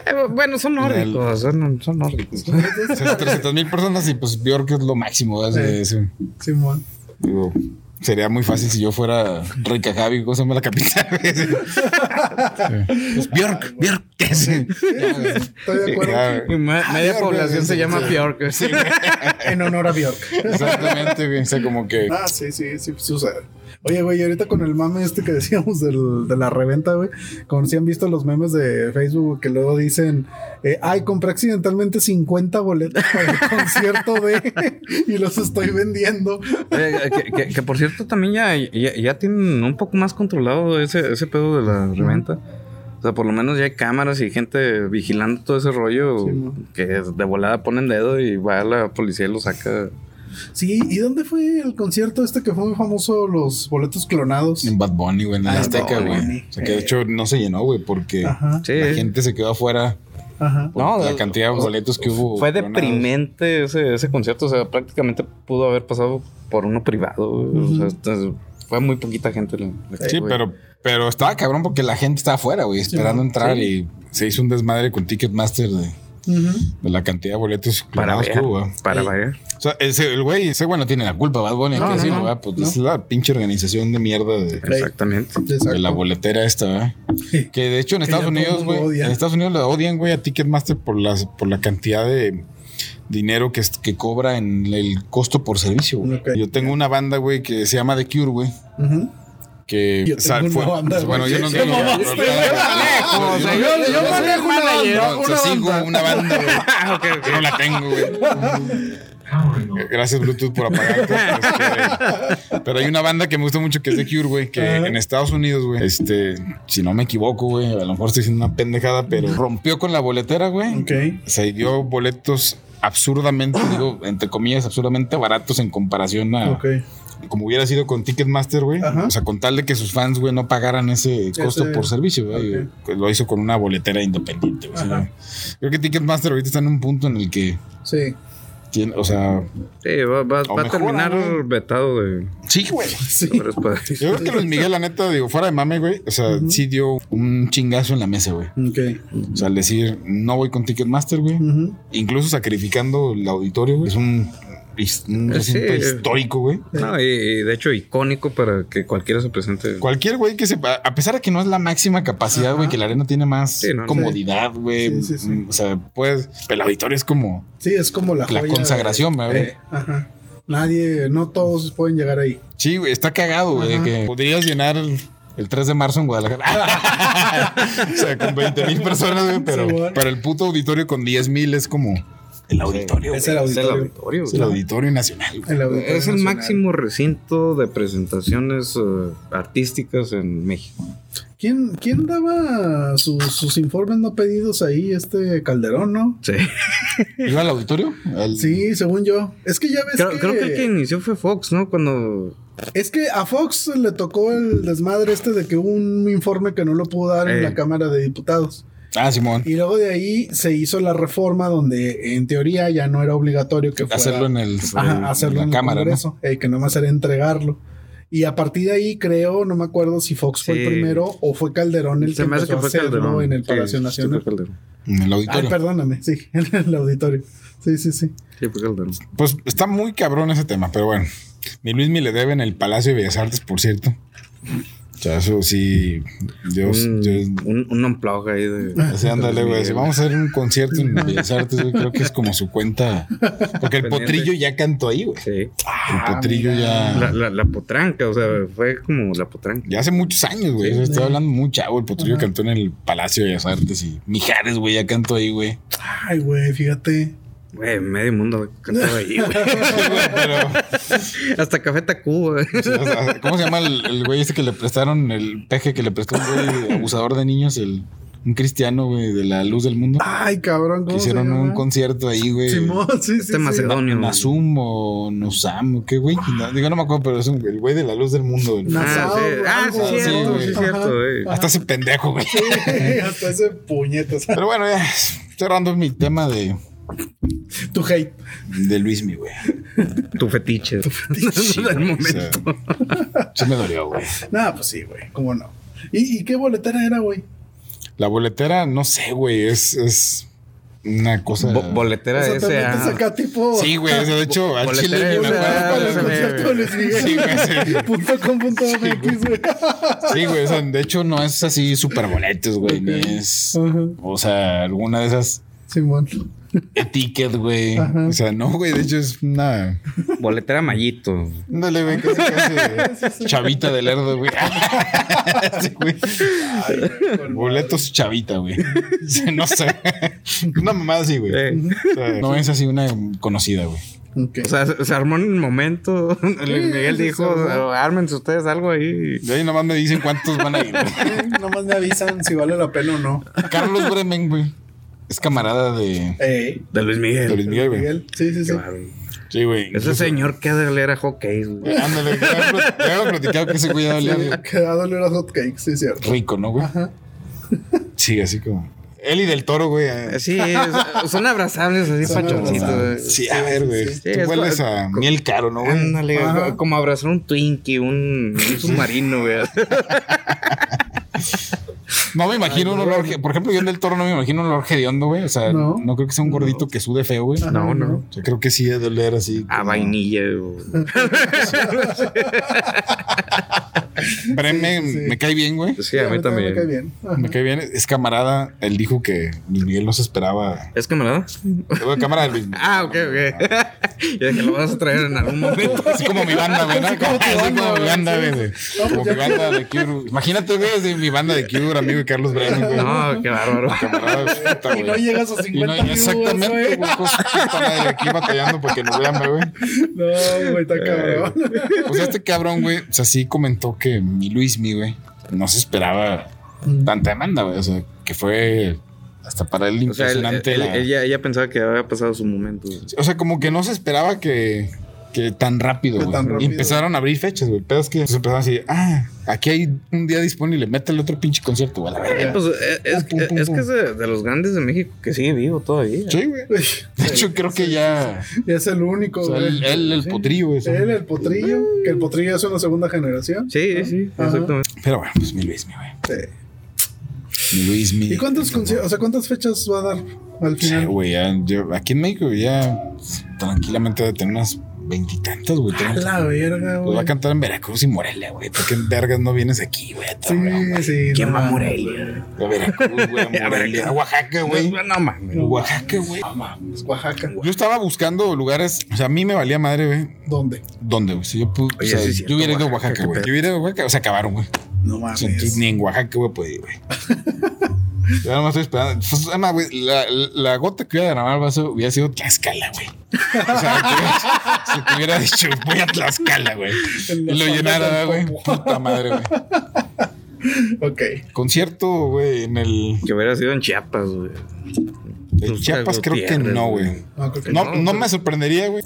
S2: Eh, bueno, son nórdicos, son, son nórdicos.
S1: O sea, 300 mil personas y pues Bjork es lo máximo, ¿verdad? O sea, es un-
S3: Simón.
S1: digo, sería muy fácil si yo fuera Rica Javi, cosa más la capital, <laughs> güey. Sí. Pues, Bjork, Bjork. <laughs> Sí. Ya, güey.
S3: Estoy de acuerdo.
S1: Ya,
S2: Y
S1: güey.
S2: me- <laughs> media
S3: Bjork,
S2: población
S3: güey,
S2: se
S3: sí,
S2: llama
S3: sí.
S2: Bjork.
S3: En honor a Bjork.
S1: Exactamente, güey. O sea, como que.
S3: Ah, sí, sí, sí sucede. Oye, güey, ahorita con el mame este que decíamos del- de la reventa, güey, como si han visto los memes de Facebook que luego dicen, eh, ay, compré accidentalmente 50 boletos para el <laughs> concierto de <laughs> y los estoy vendiendo.
S2: Eh, eh, que, que- que por cierto también ya, ya, ya tienen un poco más controlado ese, ese pedo de la reventa. O sea, por lo menos ya hay cámaras y gente vigilando todo ese rollo
S3: Sí, ¿no?
S2: que de volada ponen dedo y va la policía y lo saca.
S3: Sí, ¿y dónde fue el concierto este que fue muy famoso, los boletos clonados?
S1: En Bad Bunny, güey, en la
S3: Bad
S1: Azteca,
S3: Ah, Bunny.
S1: güey. O sea, que de hecho no se llenó, güey, porque
S3: Ajá,
S2: Sí.
S1: la gente se quedó afuera
S3: ajá.
S1: por
S2: No,
S1: la
S2: de-
S1: cantidad de boletos que hubo.
S2: Fue
S1: clonados.
S2: deprimente ese, ese concierto. O sea, prácticamente pudo haber pasado por uno privado. güey. O sea,
S3: Ujú.
S2: entonces, fue muy poquita gente. la- la que
S1: Sí,
S2: fue.
S1: pero, pero estaba cabrón porque la gente estaba afuera, güey, esperando entrar y se hizo un desmadre con Ticketmaster de,
S3: Ujú.
S1: de la cantidad de boletos
S2: Para
S1: clonados que
S2: variar.
S1: hubo. güey.
S2: Para
S3: Sí.
S2: variar.
S1: O sea, ese, el güey, ese güey no tiene la culpa, Bad Bunny, hay
S2: No,
S1: que
S2: no,
S1: decirlo,
S2: no.
S1: ¿verdad? Pues es la pinche organización de mierda de,
S3: Sí.
S2: Exactamente.
S1: de la
S3: Exacto.
S1: boletera esta, ¿verdad?
S3: Sí.
S1: Que de hecho en
S3: Que
S1: Estados
S3: ya todo el
S1: Unidos,
S3: mundo
S1: güey,
S3: odia.
S1: en Estados Unidos la odian, güey, a Ticketmaster por las, por la cantidad de dinero que, es- que cobra en el costo por servicio, güey.
S3: Ok.
S1: Yo tengo una banda, güey, que se llama The Cure, güey.
S3: Ujú.
S1: Que pues,
S3: Yo tengo una banda, güey.
S1: bueno, yo no
S3: Te
S1: tengo-
S3: mamaste,
S1: no,
S3: güey.
S1: no, no, no,
S3: Yo-
S1: no,
S3: yo-
S1: no,
S3: yo
S1: no,
S3: manejo una banda,
S1: no, o sea,
S3: una
S1: sí, güey,
S3: banda.
S1: una banda,
S3: <laughs>
S1: güey.
S2: Ah, ok, ok.
S1: Yo No la tengo, güey. Gracias, Bluetooth, por apagarte.
S3: <laughs>
S1: Este, pero hay una banda que me gusta mucho que es The Cure, güey, que
S3: Ajá.
S1: en Estados Unidos, güey, este, si no me equivoco, güey, a lo mejor estoy diciendo una pendejada, pero rompió con la boletera, güey.
S3: Ok.
S1: Se dio boletos absurdamente, digo, entre comillas, absurdamente baratos en comparación a
S3: Ok.
S1: como hubiera sido con Ticketmaster, güey.
S3: Ajá.
S1: O sea, con tal de que sus fans, güey, no pagaran ese costo
S3: Ese-
S1: por servicio, güey. Lo hizo con una boletera independiente, güey. O sea,
S3: Ajá.
S1: Creo que Ticketmaster ahorita está en un punto en el que
S3: Sí.
S1: tiene, o sea,
S2: Sí, va, va-
S1: O
S2: va a
S1: mejora,
S2: terminar
S1: ¿no?
S2: vetado de
S1: sí, güey.
S3: <laughs> Sí.
S2: varios países.
S1: Yo creo que Luis Miguel, la neta, digo, fuera de mame, güey. O sea, sí dio un chingazo en la mesa, güey.
S3: Ok.
S1: O sea, al decir, no voy con Ticketmaster, güey.
S3: Ujú.
S1: Incluso sacrificando el auditorio, güey. Es un, his- un
S2: Sí.
S1: recinto histórico, güey.
S2: No, y, y de hecho icónico para que cualquiera se presente.
S1: Cualquier güey que sepa, a pesar de que no es la máxima capacidad, güey,
S3: Ajá.
S1: que la arena tiene más
S2: Sí, no, no.
S1: comodidad, güey.
S3: Sí, sí, sí.
S1: O sea, pues, el auditorio es como
S3: Sí, es como la,
S1: la
S3: joya
S1: consagración,
S3: de-
S1: güey.
S3: Eh, ajá. Nadie, no todos pueden llegar ahí.
S1: Sí, güey, está cagado, güey, de
S3: Ajá.
S1: que podrías llenar el, el 3 de marzo en Guadalajara. <laughs> o sea, con 20 mil personas, güey, pero
S3: Sí, güey.
S1: para el puto auditorio con 10 mil es como el auditorio.
S3: Es el
S1: güey.
S3: auditorio.
S2: auditorio.
S1: Es el auditorio nacional, güey.
S3: El auditorio
S2: Es el
S3: nacional.
S2: máximo recinto de presentaciones eh, artísticas en México.
S3: ¿Quién, quién daba sus, sus informes no pedidos ahí? Este Calderón, ¿no?
S2: Sí.
S1: ¿Iba al auditorio? Al-
S3: Sí, según yo. Es que ya ves
S2: <laughs> creo,
S3: que,
S2: creo que el que inició fue Fox, ¿no? Cuando
S3: Es que a Fox le tocó el desmadre este de que hubo un informe que no lo pudo dar en
S2: Eh.
S3: la Cámara de Diputados.
S1: Ah, Simón.
S3: Y luego de ahí se hizo la reforma donde en teoría ya no era obligatorio que fuera-
S1: Hacerlo en el
S3: Ajá,
S1: en
S3: hacerlo
S1: la
S3: en el
S1: cámara, ¿no?
S3: Congreso, eh, que nomás era entregarlo. Y a partir de ahí creo, no me acuerdo si Fox fue el
S2: Sí.
S3: primero o fue Calderón el
S2: se
S3: que
S2: me hace
S3: empezó
S2: que
S3: a
S2: fue
S3: hacerlo
S2: Calderón.
S3: en el
S2: Sí,
S3: Palacio
S2: sí,
S3: Nacional.
S2: fue Calderón.
S1: En el
S3: Ay,
S1: auditorio.
S3: perdóname, sí, <laughs> en el auditorio. Sí, sí, sí.
S2: Sí, fue Calderón.
S1: Pues está muy cabrón ese tema, pero bueno. Mi Luis mi le debe en el Palacio de Bellas Artes, por cierto. O sea, eso sí. Dios.
S2: un,
S1: Dios
S2: un, un unplug ahí de.
S3: <laughs>
S1: así ándale, güey. Si vamos a hacer un concierto en Bellas Artes, güey, creo que es como su cuenta. Porque el potrillo ya cantó ahí, güey.
S2: Sí.
S1: El potrillo
S2: La,
S3: Ah.
S1: ya.
S2: la, la potranca, o sea, fue como la potranca.
S1: Ya hace muchos años, güey. Eso Estoy hablando muy chavo. El potrillo cantó en el Palacio de Bellas Artes y Mijares, güey, ya cantó ahí, güey.
S3: Ay, güey, fíjate.
S2: Güey, medio mundo cantaba ahí, güey.
S3: <laughs>
S1: Sí, güey, pero.
S2: Hasta Café Tacuba. Este
S1: O sea, ¿Cómo se llama el, el güey ese que le prestaron, el peje que le prestó un güey abusador de niños, el, un cristiano, güey, de la luz del mundo?
S3: Ay,
S1: Que
S3: cabrón, Ah, ¿cómo se
S1: hicieron un
S3: llama?
S1: concierto ahí, güey.
S3: Simón, sí, sí,
S2: Este
S3: sí.
S2: macedonio.
S1: Nazum o Nusam, ¿qué güey? No, digo, no me acuerdo, pero es un, el güey de la luz del mundo. güey.
S3: Nazao,
S2: Ah, sí. Ah, sí,
S3: algo así,
S1: cierto,
S3: güey.
S1: sí,
S3: Ajá.
S2: cierto, güey.
S1: Hasta ese pendejo, güey.
S3: <laughs> Hasta ese puñetas.
S1: Pero bueno, ya cerrando mi tema de,
S3: Tu hate.
S1: de Luismi,
S3: <laughs>
S1: güey.
S2: Tu fetiche. Tu fetiche. <laughs> Del
S1: O sea,
S2: momento.
S1: sí me dolió, güey.
S3: Nada, pues sí, güey, cómo no. ¿Y, y qué boletera era, güey?
S1: La boletera, no sé, güey, es, es una cosa...
S2: Bo- boletera ah,
S3: O sea, te metes
S2: S.A.
S3: acá tipo...
S1: Sí, güey, o sea,
S3: <laughs>
S1: de hecho, al
S2: Boletera
S1: chile... yo me
S2: esa,
S1: acuerdo
S3: Para el
S1: cuando-
S2: esa,
S3: concierto de Luis Miguel.
S1: Sí, güey, sí.
S3: <laughs> Punto com punto MX, güey. <laughs>
S1: Sí, güey, o sea, de hecho no es así super boletos, güey, ni es,
S3: Ajá.
S1: o sea, alguna de esas
S3: Simón.
S1: e-ticket, güey.
S3: Ajá.
S1: O sea, no, güey. De hecho, es una.
S2: Boletera Mallito.
S1: No le ven casi, <laughs> casi chavita de lerdo, <laughs> güey. Sí, güey. Boletos chavita, güey. Sí, No sé. Una mamada así, güey.
S2: Eh,
S1: O sea, no es así una conocida, güey.
S3: Ok. <laughs>
S2: O sea, se, se armó en el momento. <laughs> Luis Miguel
S3: sí,
S2: dijo, "Oh,
S3: se armó.
S2: ármense ustedes algo ahí.
S1: De ahí nomás me dicen cuántos van a ir. güey.
S3: Eh, Nomás me avisan si vale la pena o no.
S1: Carlos Bremen, güey. Es camarada de,
S3: Ey,
S2: De Luis Miguel.
S1: de Luis Miguel, güey.
S3: Eh, Miguel. Sí, sí, sí.
S2: Claro.
S1: Sí, güey.
S2: Ese señor que ha de oler a hockey,
S1: Güey,
S2: güey.
S1: Ándale, ya habíamos pl- ya habíamos platicado que ese güey ya olía
S3: Sí, Quedado olor a hot cake, sí, es cierto.
S1: rico, ¿no, güey?
S3: Ajá.
S1: Sí, así como. Él y del toro, güey. eh.
S2: Sí,
S3: <laughs>
S2: es- son abrazables así,
S3: Son
S2: pachoncitos. güey.
S3: abrazables.
S1: Sí, a ver, güey.
S3: Sí,
S1: Tú
S2: es
S1: hueles
S2: como-
S1: a miel caro, ¿no, güey?
S2: Ándale,
S3: Ajá.
S2: co- como abrazar un Twinkie, un, un submarino, güey.
S1: No me imagino un olor. que- Por ejemplo, yo en del toro no me imagino un olor hediondo, güey. O sea,
S3: No.
S1: no, creo que sea un gordito que sude feo, güey.
S3: Ajá,
S2: No, no.
S1: Yo creo que sí debe oler así.
S2: A vainilla, güey.
S1: Bremen
S3: Sí, sí.
S1: me cae bien, güey.
S2: Sí, a mí
S3: Me cae
S2: también.
S3: bien. Ajá.
S1: Me cae bien. Es camarada. Él dijo que Luis Miguel no se esperaba.
S2: ¿Es camarada?
S1: Luego de cámara de Luis Miguel.
S2: Ah, ok, ok. <laughs> Yo dije, lo vas a traer en algún momento.
S1: Así como mi banda, güey. ¿no?
S3: Así como tu
S1: Así
S3: banda,
S1: como mi
S3: güey,
S1: banda,
S3: sí.
S1: güey. de- Como mi banda de Cure. Imagínate, güey, de mi banda de Cure, amigo de Carlos Bremen, güey.
S2: No, qué bárbaro.
S1: Camarada, puta,
S3: Y
S1: güey.
S3: no llegas a 50
S1: Y no- exactamente,
S3: viewers,
S1: güey. pues, puta madre, aquí batallando porque nos vean, güey.
S3: güey. No, güey,
S1: Eh,
S3: está cabrón.
S1: Pues este cabrón, güey, o sea, sí comentó que mi Luis, mi güey, no se esperaba
S3: <laughs>
S1: tanta demanda, güey. O sea, que fue hasta para él
S2: O sea, él-
S1: impresionante.
S2: él-
S1: la-
S2: él ya- ella pensaba que había pasado su momento. güey.
S1: O sea, como que no se esperaba que, que tan rápido,
S3: Que
S1: güey.
S3: tan
S1: Y
S3: rápido.
S1: empezaron a abrir fechas, güey. Pero es que se empezaron así, ah, aquí hay un día disponible, métele otro pinche concierto, güey. a la verga.
S2: Eh, pues, eh, es,
S1: Pum, pum, pum,
S2: es que
S1: pum.
S2: es de, de los grandes de México que sigue vivo todavía.
S1: Sí, güey. De hecho, creo que ya.
S3: Es el único,
S1: o sea,
S3: güey.
S1: él, él, el
S3: Sí.
S1: potrillo, güey.
S3: Él, el potrillo. Que el potrillo es una segunda generación. Ah,
S2: Sí, sí,
S3: Ajá.
S2: exactamente.
S1: Pero bueno, pues mi Luis, mi güey.
S3: Sí.
S1: Mi Luis, mi.
S3: ¿Y cuántos conciertos, o sea, cuántas fechas va a dar al
S1: Sí,
S3: final?
S1: güey, ya, yo- aquí en México ya tranquilamente debe tener unas veintitantas, güey.
S3: A
S1: treinta.
S3: la verga,
S1: Pues va
S3: güey.
S1: a cantar en Veracruz y Morelia, güey. ¿Por qué vergas no vienes aquí, güey? a todo, güey?
S3: Sí, sí.
S2: ¿Quién
S3: no
S2: va a
S3: mames,
S2: Morelia?
S1: A Veracruz, güey, a
S3: <laughs>
S1: Morelia, a Oaxaca, güey.
S2: Pues, No, no mames.
S1: Oaxaca, güey.
S3: güey. Oaxaca.
S1: Yo estaba buscando lugares, o sea, a mí me valía madre, güey.
S3: ¿Dónde?
S1: ¿Dónde, güey? Si yo, pu-
S2: Oye,
S1: o sea,
S2: sí es cierto,
S1: yo hubiera ido a
S2: Oaxaca, Ah,
S1: Oaxaca,
S2: qué
S1: güey.
S2: pedo.
S1: Yo hubiera ido a Oaxaca, se acabaron, güey.
S3: No
S1: O sea, entonces, ni
S3: mames.
S1: en Oaxaca, güey, puede ir, güey.
S2: <laughs>
S1: Yo nada más estoy esperando. Pues, además, güey, la, la gota que hubiera derramado el vaso hubiera sido Tlaxcala, güey. O sea, que, si te hubiera <laughs> dicho, voy a Tlaxcala, güey.
S3: En
S1: Y
S3: las
S1: lo
S3: faldas
S1: llenara,
S3: del
S1: güey.
S3: Popo.
S1: Puta madre, güey.
S3: Ok.
S1: Concierto, güey, en el.
S2: Que hubiera sido en Chiapas, güey.
S1: En Chiapas creo que no, Pues, güey.
S3: No, creo que
S1: No, no me sorprendería, güey.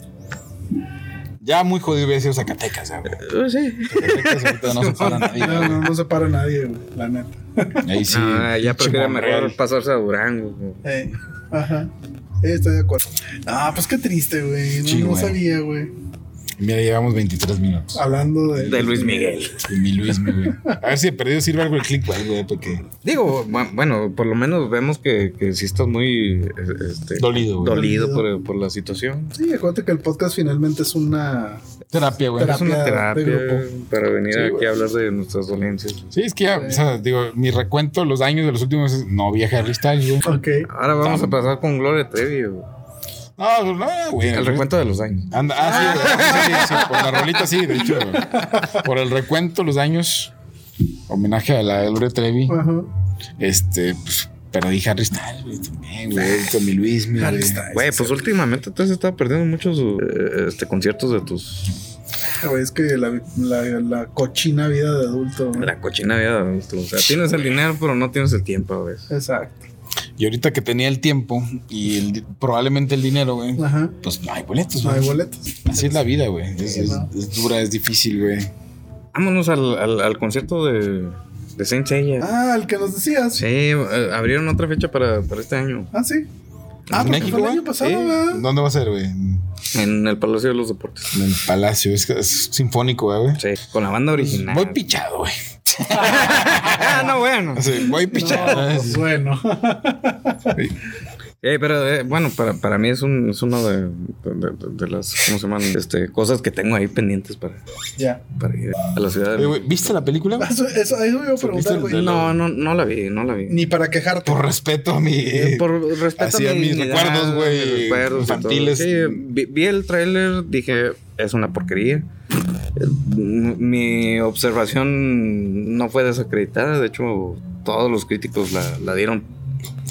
S1: Ya muy jodido hubiera sido Zacatecas, güey.
S2: Eh, sí.
S1: Zacatecas ahorita no se para nadie,
S3: No, no,
S1: güey.
S3: no se para nadie, güey, la neta.
S1: Ahí sí.
S2: Ah, ya
S1: pinche
S2: prefiero
S1: Monreal.
S2: mejor pasarse a Durango. güey.
S3: Eh, ajá. Eh, estoy de acuerdo. Ah, pues qué triste, güey. No,
S1: Sí,
S3: no
S1: güey.
S3: sabía, güey.
S1: Mira, llevamos 23 minutos.
S3: Hablando de.
S2: De Luis Miguel.
S1: Ah, Y mi Luis, mi güey. A ver si de perdido sirve algo el clickbait, güey, porque.
S2: Digo, bu- bueno, por lo menos vemos que, que sí estás muy eh, este,
S1: Dolido, güey.
S2: dolido
S3: Dolido.
S2: por, por la situación.
S3: Sí, acuérdate que el podcast finalmente es una.
S1: Terapia, güey.
S2: Pues Es una
S3: Terapia
S2: terapia
S3: de grupo.
S2: para venir
S1: Sí,
S2: aquí
S1: güey.
S2: a hablar de nuestras dolencias.
S1: Sí, es que ya, o sea, digo, mi recuento, los años de los últimos meses, no vi a Harry Styles, güey.
S3: Ok.
S2: Ahora vamos a pasar con Gloria Trevi. güey.
S1: No, pues, no, güey.
S2: El recuento de los años.
S1: Anda, ah, sí, güey. Sí, sí, sí, por la rolita, sí, de hecho. güey. Por el recuento, los años, homenaje a la Gloria Trevi.
S3: Ajá.
S1: Este, pues, perdí Harry Styles, güey, también, güey. Con mi Luis, mi
S3: Harry
S1: güey.
S3: Styles.
S2: Güey, pues últimamente tú has estado perdiendo muchos eh, este, conciertos de tus.
S1: pues.
S3: Ah, güey, es que la, la- la cochina vida de adulto. güey.
S2: La cochina vida de adulto. O sea, tienes el dinero, pero no tienes el tiempo, güey.
S3: Exacto.
S1: Y ahorita que tenía el tiempo y el di- probablemente el dinero, güey.
S3: Ajá.
S1: Pues no hay boletos,
S3: No
S1: güey.
S3: hay boletos.
S1: Así es la vida, güey. Es, es- es dura, es difícil, güey.
S2: Vámonos al, al, al concierto de, de Saint Seiya.
S3: Ah, el que nos decías.
S2: Sí, eh, abrieron otra fecha para, para este año.
S3: Ah, sí. Ah,
S1: ¿En
S3: porque
S1: México,
S3: fue el
S1: güey? ¿eh?
S3: año pasado,
S2: Sí.
S3: ¿verdad?
S1: ¿Dónde va a ser, güey? En
S2: En el Palacio de los Deportes.
S1: en el Palacio. Es, es sinfónico, güey.
S2: Sí, con la banda original.
S1: Voy pichado, güey.
S2: <laughs> Ah, no, bueno.
S1: <laughs>
S2: <laughs>
S1: O sea, voy
S3: No,
S1: pichado.
S3: pues, bueno.
S2: Eh, pero eh, bueno, para, para mí es, un, es una de, de- de- de las ¿cómo se llaman? Este, cosas que tengo ahí pendientes para,
S3: <laughs> Ya.
S2: para ir a la ciudad. Eh,
S1: Oye, Eh, güey, ¿Viste la película? güey?
S3: Eso, eso, eso me iba a preguntar, güey.
S1: de la-
S2: no, no, no la vi, no la vi.
S3: Ni para quejarte.
S1: Por respeto a mi.
S2: Eh, Por respeto
S1: Así a mis
S2: dignidad,
S1: recuerdos, güey,
S2: mis recuerdos y todo.
S1: infantiles.
S2: Sí, vi, vi el tráiler, dije, es una porquería. Eh, m- Mi observación no fue desacreditada, de hecho, todos los críticos la, la dieron.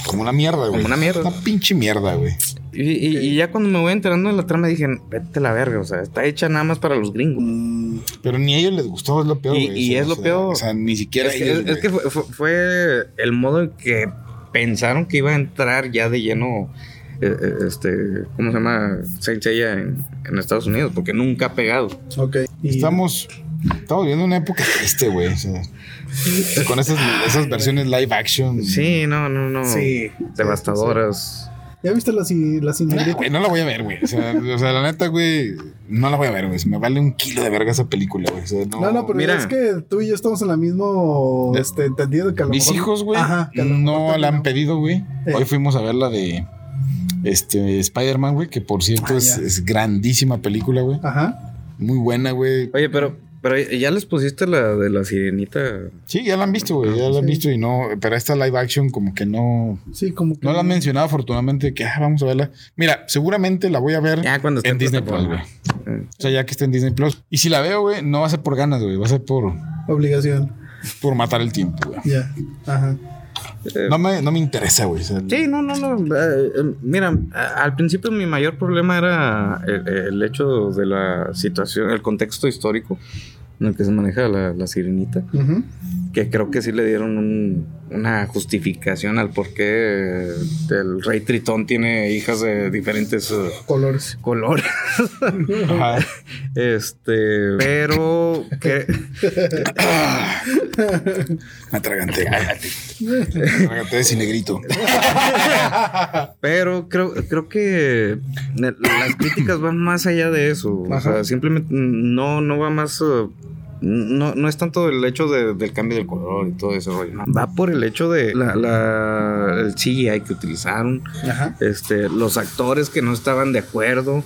S1: Como una mierda, güey.
S2: Como una mierda.
S1: Una pinche mierda, güey.
S2: Y, y- y ya cuando me voy enterando de la trama dije, vete la verga, o sea, está hecha nada más para los gringos.
S3: Mm,
S1: Pero ni a ellos les gustó, es lo peor,
S2: Y-
S1: güey.
S2: y
S1: O sea,
S2: es lo
S1: o sea,
S2: peor.
S1: O sea, ni siquiera
S2: Es, que-
S1: ellos.
S2: es- es que fue, fue- fue el modo en que pensaron que iba a entrar ya de lleno, eh, eh, este, ¿cómo se llama? Saint Seiya en, en Estados Unidos, porque nunca ha pegado.
S3: ok. Y-
S1: Estamos. Estamos viviendo una época triste, güey. o sea, con esas, esas versiones live action.
S2: Sí, no, no, no.
S3: Sí.
S2: Devastadoras.
S3: ¿Ya viste la, ci- la
S1: No,
S3: cinegrita?
S1: güey, no la voy a ver, güey. O sea, o sea, la neta, güey, no la voy a ver, güey. Se Me vale un kilo de verga esa película, güey. O sea, no.
S3: No, no, pero
S2: Mira.
S3: es que tú y yo estamos en la mismo este, entendido que a lo
S1: Mis
S3: mejor-
S1: hijos, güey,
S3: Ajá, que a lo
S1: no
S3: mejor
S1: la han
S3: terminó.
S1: pedido, güey.
S3: Eh.
S1: Hoy fuimos a ver la de este Spider-Man, güey, que por cierto
S3: Ah,
S1: es,
S3: ya.
S1: es grandísima película, güey.
S3: Ajá.
S1: Muy buena, güey.
S2: Oye, pero, pero ¿eh, ya les pusiste la de la sirenita.
S1: Sí, ya la han visto, güey. Ya la han
S3: Sí.
S1: visto y no. Pero esta live action, como que no.
S3: Sí, como que.
S1: No la han mencionado, afortunadamente, que ah, vamos a verla. Mira, seguramente la voy a ver
S2: Ya cuando Eh, esté
S1: en Disney Plus,
S2: plataforma.
S1: güey. O sea, ya que está en Disney Plus. Y si la veo, güey, no va a ser por ganas, güey. Va a ser por,
S3: Obligación.
S1: por matar el tiempo, güey.
S3: Ya. Ajá.
S2: Eh,
S1: No me, no me interesa, güey. o sea,
S2: Sí, no, no, no. eh, eh, mira, a- al principio mi mayor problema era el, el hecho de la situación, el contexto histórico en el que se maneja la, la sirenita,
S3: Ujú.
S2: que creo que sí le dieron un- una justificación al por qué eh, el rey Tritón tiene hijas de diferentes eh,
S3: Colores.
S2: colores. <laughs>
S1: ajá.
S2: Este, pero que
S1: Me atraganté, güey. Me atraganté de cinegrito.
S2: Pero creo, creo que ne- las críticas van más allá de eso. O
S3: Ajá.
S2: sea, simplemente no, no va más. eh, No, no es tanto el hecho de- del cambio del color y todo ese rollo. ¿no? Va por el hecho de la, la- el CGI que utilizaron,
S3: Ajá.
S2: este, los actores que no estaban de acuerdo.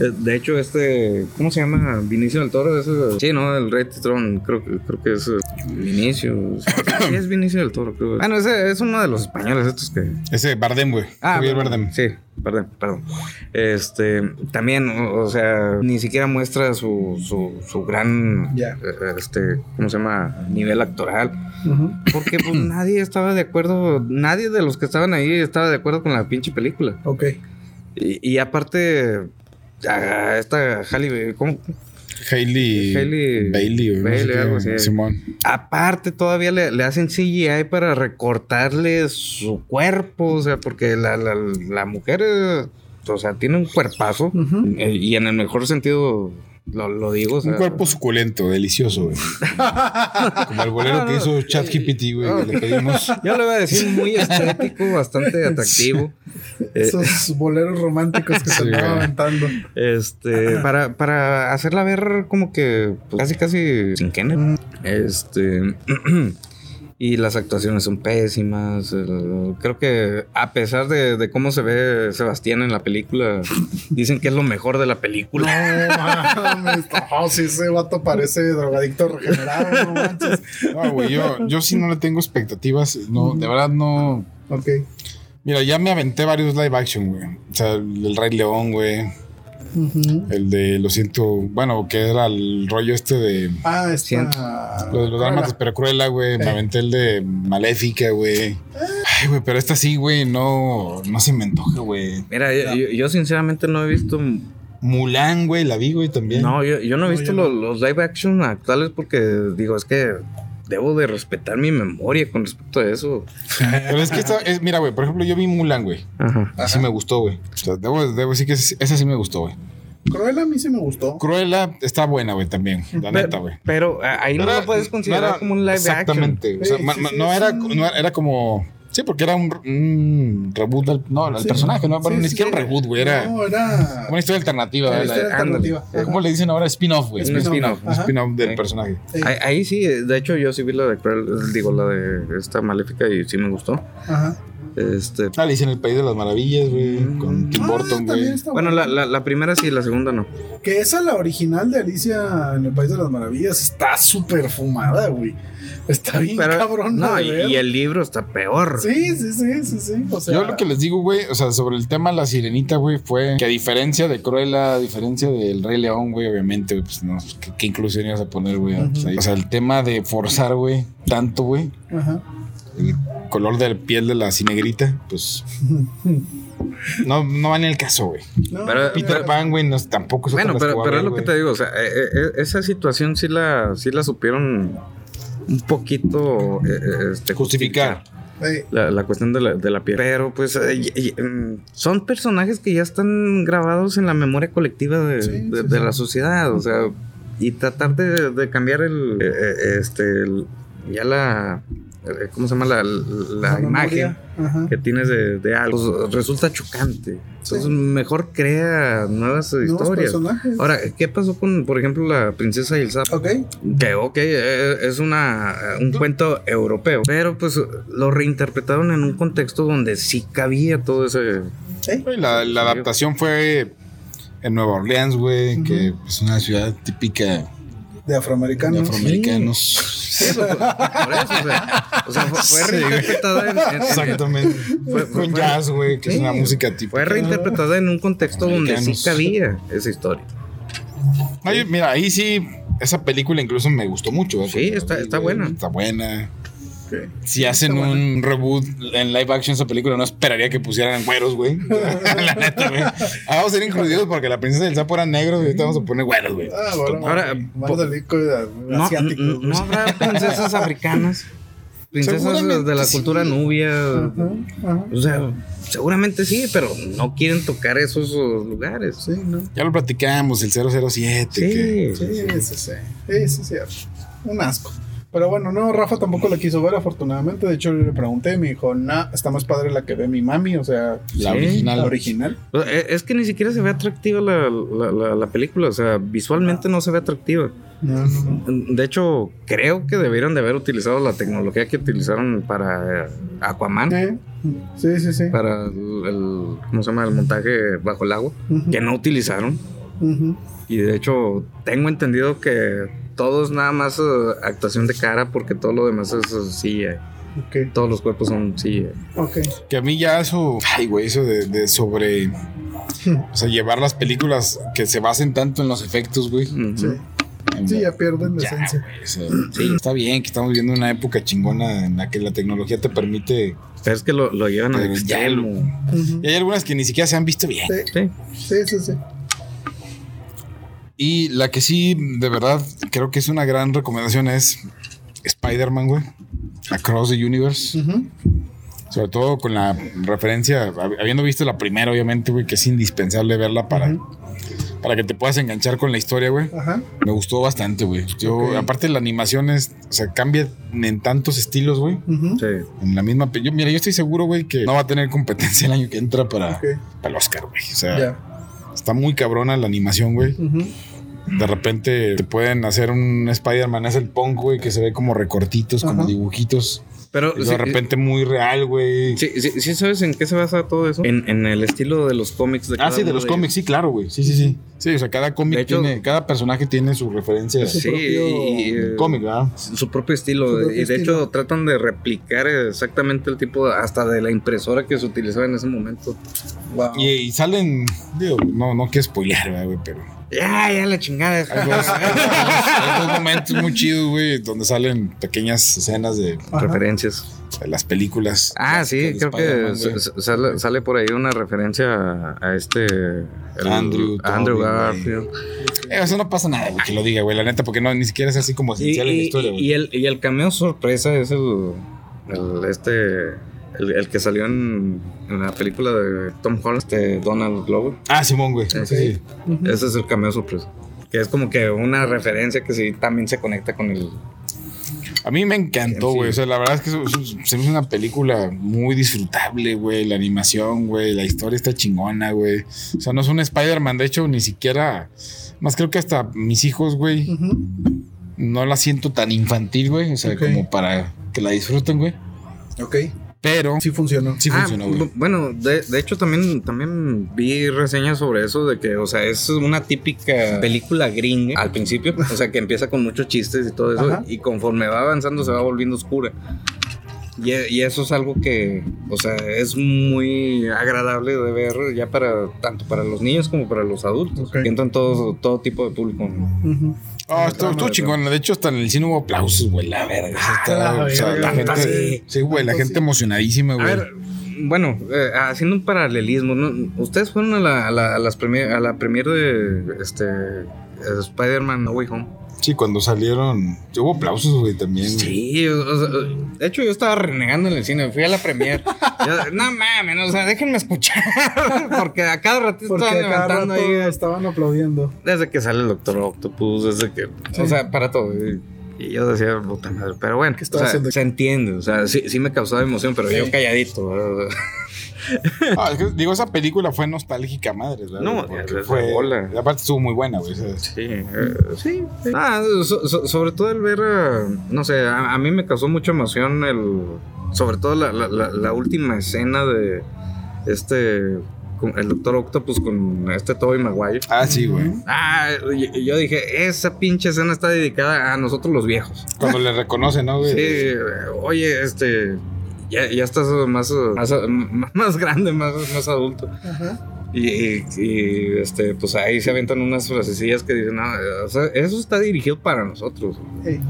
S2: Eh, De hecho, este, ¿cómo se llama? Vinicio del Toro. ese- sí, no, el Red Tron. Creo, que- creo que es eh, Vinicio. Sí, es Vinicio del Toro, creo. Ah, no, ese es uno de los españoles estos que,
S1: Ese Bardem, güey. Javier
S2: perdón.
S1: Bardem.
S2: Sí, perdón, perdón. Este, también, o, o sea, ni siquiera muestra su, su, su gran,
S3: Ya.
S2: eh, este, ¿cómo se llama? Nivel actoral.
S3: Ujú.
S2: Porque pues, nadie estaba de acuerdo, nadie de los que estaban ahí estaba de acuerdo con la pinche película.
S3: Ok.
S1: Eh.
S2: Y, y aparte, a esta Halle, ¿cómo?
S1: Hailey.
S2: Hailey-
S1: Bailey, güey. no sé
S2: Bailey,
S1: qué,
S2: algo así.
S1: Simón.
S2: Aparte, todavía le, le hacen CGI para recortarle su cuerpo, o sea, porque la, la, la mujer, eh, o sea, tiene un cuerpazo,
S3: Ujú.
S2: eh, y en el mejor sentido lo, lo digo. o sea,
S1: Un cuerpo suculento, delicioso,
S2: <laughs>
S1: güey. Como el bolero que hizo ChatGPT, güey. que Le pedimos.
S2: Yo le voy a decir muy estético,
S1: <laughs>
S2: bastante atractivo. Eh,
S3: Esos boleros románticos
S1: <laughs>
S3: que se
S1: Sí,
S3: están
S1: güey.
S3: aventando.
S2: Este, para, para hacerla ver como que pues, casi, casi sin género. Este, <clears throat> y las actuaciones son pésimas. el- creo que a pesar de, de cómo se ve Sebastián en la película, dicen que es lo mejor de la
S3: No
S2: película.
S3: mames. No, sí, ese vato parece drogadicto regenerado. No manches.
S1: No, güey.
S2: <laughs>
S1: Yo, yo sí no le tengo expectativas. No, de verdad no.
S3: Ok.
S1: Mira, ya me aventé varios live action, güey. O sea, el del Rey León, güey.
S3: Ujú.
S1: El de Lo siento. Bueno, que era el rollo este de.
S3: Ah, está.
S2: Siento.
S1: Lo de los
S2: Ah,
S1: dálmatas, pero cruela, güey. Me aventé el de Maléfica, güey. Ay, güey, pero esta sí, güey, no, no se me antoja, güey.
S2: Mira, yo, yo- yo sinceramente no he visto.
S1: Mulan, güey, la vi, güey, también.
S2: No, yo, yo no he
S3: No,
S2: visto
S3: yo no.
S2: los, los live action actuales porque digo, es que debo de respetar mi memoria con respecto a eso.
S1: Pero es que esta, es, mira, güey, por ejemplo, yo vi Mulan, güey.
S2: Ajá.
S1: Así me gustó, güey. O sea, debo, debo decir que es- esa sí me gustó, güey.
S3: Cruella a mí sí me gustó.
S1: Cruella está buena, güey, también. La
S2: Pe-
S1: neta, güey.
S2: Pero, ah, ahí no
S1: Era-
S2: lo puedes considerar
S1: era-
S2: como un live
S1: Exactamente. O sea,
S3: Sí,
S1: ma-
S3: sí,
S1: ma-
S3: sí,
S1: no,
S3: es
S1: era,
S3: un-
S1: no era- era como. Sí, porque era un, un reboot al, no, al
S3: Sí.
S1: personaje, no, bueno,
S3: Sí,
S1: ni
S3: sí,
S1: siquiera
S3: sí.
S1: un reboot, güey. Era
S3: No, era.
S1: una historia alternativa.
S3: Era
S1: güey,
S3: historia
S1: la-
S2: ándale.
S3: alternativa.
S1: Eh, ¿Cómo le dicen ahora? Spin-off, güey.
S2: Es un spin-off.
S1: Un spin-off del
S2: Sí.
S1: personaje.
S3: Sí.
S2: action. Ahí, ahí sí, de hecho yo sí vi la de Cruel, digo, la de esta maléfica y sí me gustó.
S3: Ajá.
S2: Este,
S1: Alice en Ah, el País de las Maravillas, güey. Con Tim
S3: Ah,
S1: Burton, güey.
S3: también está
S2: bueno,
S3: buena.
S2: la, la- la primera sí, la segunda no.
S3: Que esa, la original de Alicia en el País de las Maravillas, está súper fumada, güey. Está bien
S2: Pero-
S3: cabrón.
S2: no,
S3: de
S2: y,
S3: ver.
S2: y el libro está peor.
S3: Sí, sí, sí, sí, sí. O sea,
S1: Yo lo que les digo, güey, o sea, sobre el tema de la sirenita, güey, fue que a diferencia de Cruella, a diferencia del Rey León, güey, obviamente, pues no, ¿qué, qué inclusión ibas a poner, güey? Pues, ahí. O sea, el tema de forzar, güey, tanto, güey,
S3: Ajá.
S1: el color de la piel de la cinegrita,
S2: <laughs>
S1: pues no, no va en el caso, güey.
S3: No,
S2: Pero-
S1: Peter Pan, güey, no, es- tampoco es otra
S2: Bueno,
S1: las que
S2: pero,
S1: va a
S2: pero es
S1: ver,
S2: lo que te
S1: güey.
S2: digo, o sea, eh, eh, esa situación sí la, sí la supieron un poquito eh, eh, este,
S1: Justificar.
S3: Eh,
S2: La, la cuestión de la, de la piel. Pero pues eh, y- y, mm, son personajes que ya están grabados en la memoria colectiva de,
S3: Sí,
S2: de-
S3: sí,
S2: de
S3: sí.
S2: la sociedad. O sea, y tratar de, de cambiar el. eh, eh, este. el- ya la. eh, ¿Cómo se llama? La, la
S3: esa
S2: imagen
S3: memoria, Ajá.
S2: que tienes de, de algo. Pues, resulta chocante. Entonces,
S3: Sí.
S2: mejor crea nuevas
S3: Nuevos
S2: historias.
S3: personajes.
S2: Ahora, ¿qué pasó con, por ejemplo, la princesa y el sapo?
S3: ok.
S2: Que ok, eh, es una, eh, un cuento europeo, pero pues lo reinterpretaron en un contexto donde sí cabía todo ese...
S3: Sí.
S1: Güey, La, la adaptación fue en Nueva Orleans, güey, que es una ciudad típica
S3: De
S1: de
S3: afroamericanos.
S1: afroamericanos.
S2: <laughs> Por eso, o sea, o sea,
S1: <laughs>
S2: fue, fue reinterpretada en, en- en-
S1: Exactamente.
S2: Fue- fue-
S1: Con jazz, güey, que es
S2: Sí,
S1: una música típica.
S2: fue reinterpretada en un contexto donde sí
S1: Americanos.
S2: cabía esa historia.
S1: Oye, mira, ahí sí, esa película incluso me gustó mucho. güey.
S2: Sí, está- está buena.
S1: Está buena.
S3: Ok.
S1: Si hacen un reboot en live action esa película, no esperaría que pusieran güeros,
S3: <laughs>
S1: güey. la neta, güey. Ah, vamos a ser incluidos porque la princesa del sapo era negro y ahorita vamos a poner güeros, güey.
S3: Ah, bueno,
S2: Ahora,
S3: ok.
S2: po-
S3: vamos al disco de-
S2: No,
S3: asiático.
S2: n- n- no
S3: <laughs>
S2: habrá princesas africanas, princesas
S1: Seguramente
S2: de la
S1: sí.
S2: cultura nubia.
S3: Ajá, ajá.
S2: O sea, seguramente sí, pero no quieren tocar esos oh, lugares.
S3: Sí, ¿no?
S1: Ya lo platicamos, el 007. que-
S2: Sí,
S3: Sí, sí, sí. Sí, sí, sí. Un asco. Pero bueno, no, Rafa tampoco la quiso ver, afortunadamente. De hecho, le pregunté y me dijo, no, está más padre la que ve mi mami, o sea,
S1: La
S2: Sí,
S1: original.
S3: la original.
S2: O sea, e- Es que ni siquiera se ve atractiva la, la- la- la película, o sea, visualmente no se ve atractiva.
S3: No, no, no.
S2: De hecho, creo que debieron de haber utilizado la tecnología que utilizaron para eh, Aquaman,
S3: Eh, Sí, sí, sí.
S2: para el, el- ¿cómo se llama? El montaje bajo el agua,
S3: Ujú,
S2: que no utilizaron.
S3: ujú.
S2: Y de hecho, tengo entendido que todo es nada más eh, actuación de cara porque todo lo demás es eh, CGI.
S3: Ok,
S2: Todos los cuerpos son CGI.
S3: ok.
S1: Que a mí ya eso, ay, güey, eso de, de
S3: <laughs>
S1: sobre. O sea, llevar las películas que se basen tanto en los efectos, güey.
S2: Ujú.
S3: Sí,
S1: En
S3: sí
S1: la-
S3: ya pierden la
S1: Ya,
S3: esencia.
S1: O sea, Está bien que estamos viviendo una época chingona en la que la tecnología te permite.
S2: Pero es que lo, lo llevan al
S1: Pero ya
S2: extremo.
S3: Ujú.
S1: Y hay algunas que ni siquiera se han visto bien.
S3: Sí,
S2: Sí.
S3: sí, sí, sí.
S1: Y la que sí, de verdad, creo que es una gran recomendación es Spider-Man, güey. Across the Universe.
S3: Ujú.
S1: Sobre todo con la referencia, hab- habiendo visto la primera, obviamente, güey, que es indispensable verla para, para que te puedas enganchar con la historia, güey.
S3: Ajá.
S1: Me gustó bastante, güey. Yo,
S3: Ok.
S1: aparte, la animación es, o sea, cambia en tantos estilos, güey.
S3: ujú.
S2: Sí.
S1: En la misma. pe- Yo, mira, yo estoy seguro, güey, que no va a tener competencia el año que entra para,
S3: Ok.
S1: para el Oscar, güey. O sea,
S3: Ya.
S1: está muy cabrona la animación, güey.
S3: Ujú.
S1: De repente te pueden hacer un Spider-Man, es el punk, güey, que se ve como recortitos, como
S3: Ajá.
S1: dibujitos.
S2: Pero
S1: Y luego
S2: sí- eh,
S1: de repente muy real, güey.
S2: Sí, sí, sí sabes en qué se basa todo eso. En, en el estilo de los cómics. De
S1: Ah,
S2: cada
S1: sí, de
S2: uno
S1: los cómics, sí, claro, güey. Sí, sí, sí. Sí, o sea, cada cómic
S2: De hecho-
S1: tiene, cada personaje tiene su referencia.
S2: ellos. Sí,
S3: propio
S2: y, eh,
S1: El cómic, ¿verdad?
S2: Su propio estilo.
S3: Su propio
S2: y de
S3: estilo.
S2: hecho tratan de replicar exactamente el tipo, hasta de la impresora que se utilizaba en ese momento.
S3: Wow.
S1: Y, y salen, digo, no, no quiero spoilear, ¿verdad, güey, pero
S2: Ya, ya la chingada.
S1: hay
S2: <laughs>
S1: dos, <laughs> hay dos- hay dos momentos muy chidos, güey, donde salen pequeñas escenas de
S3: Ajá.
S2: Referencias.
S1: de las películas.
S2: Ah,
S1: de
S2: sí, creo que
S1: Spider-Man,
S2: sa-
S1: güey.
S2: sa- sale, sale por ahí una referencia a, a este. el-
S1: Andrew, Toby,
S2: Andrew
S1: güey.
S2: Garfield.
S1: Eh, eso no pasa nada, güey, que lo diga, güey, la neta, porque no, ni siquiera es así como
S2: Y,
S1: esencial en la
S2: y-
S1: historia, güey.
S2: y el, y el cameo sorpresa es el, el- este el, el que salió en, en la película de Tom Holland, este Donald Glover.
S1: Ah, Simón, güey.
S2: Sí,
S1: Sí, sí.
S3: Ujú.
S2: Ese es el cameo sorpresa. Que es como que una referencia que sí también se conecta con el.
S1: A mí me encantó,
S2: Sí.
S1: güey. O sea, la verdad es que eso- eso- se me hizo una película muy disfrutable, güey. La animación, güey. La historia está chingona, güey. O sea, no es un Spider-Man, de hecho, ni siquiera. Más creo que hasta mis hijos, güey,
S3: Ujú.
S1: no la siento tan infantil, güey. O sea,
S3: Ok.
S1: como para que la disfruten, güey.
S3: Ok.
S1: Pero
S3: Sí funcionó.
S1: sí
S2: Ah,
S1: funcionó, güey.
S2: bu- Bueno, de, de hecho también, también vi reseñas sobre eso, de que, o sea, es una típica película gringa al principio, o sea, que empieza con muchos chistes y todo eso,
S3: Ajá.
S2: y conforme va avanzando se va volviendo oscura. Y, e- y eso es algo que, o sea, es muy agradable de ver ya para tanto para los niños como para los adultos.
S3: Ok.
S2: Que entran todo, todo tipo de público. ¿no?
S3: Ujú.
S1: Ah, estuvo, estuvo chingón. De hecho, hasta en el cine hubo aplausos, güey. La verga.
S2: Ah,
S1: sí está-
S3: la
S1: o sea,
S3: verga,
S1: la
S3: neta,
S1: gente-
S3: sí.
S1: Sí, güey. La
S3: Neta,
S1: gente
S3: sí.
S1: emocionadísima,
S2: A
S1: güey.
S2: ver, bueno, eh, haciendo un paralelismo, ¿no? Ustedes fueron a la, a la, a las premier, a la premier de este, eh, Spider-Man No Way Home.
S1: Sí, cuando salieron. Hubo aplausos, güey, también.
S2: Sí, o- o sea, de hecho yo estaba renegando en el cine, fui a la premier. Yo, no mames, o sea, déjenme escuchar, <laughs> porque a cada ratito
S3: Porque
S2: estaban
S3: a cada rato
S2: levantando ahí.
S3: estaban aplaudiendo.
S2: Desde que sale el Doctor Octopus, desde que. O sea, para todo. Y, y yo decía, puta madre. Pero bueno,
S3: ¿Qué
S2: o
S3: estaba
S2: sea,
S3: haciendo aquí?
S2: se entiende. O sea, sí, sí me causaba emoción, pero yo calladito. ¿verdad?
S1: Ah, es que, digo, esa película fue nostálgica, madre, ¿verdad?
S2: No,
S1: Porque
S2: es la
S1: fue.
S2: bola.
S1: Aparte, estuvo muy buena, güey. o sea,
S2: <laughs> Sí, eh, sí. sí. Ah, so- so- sobre todo el ver, eh, no sé, a, a mí me causó mucha emoción el, sobre todo la, la- la- la última escena de este, con el Doctor Octopus con este Tobey Maguire.
S1: Ah, sí, güey.
S2: Ah, yo, yo dije, esa pinche escena está dedicada a nosotros los viejos.
S1: Cuando le reconocen, ¿no, güey?
S2: Sí, eh, oye, este, ya, ya estás más, eh, más, eh, m- más grande, más, más adulto.
S3: Ajá.
S2: Y, y- y, este, pues ahí se aventan unas frasecillas que dicen, no, o sea, eso está dirigido para nosotros.
S3: Ey.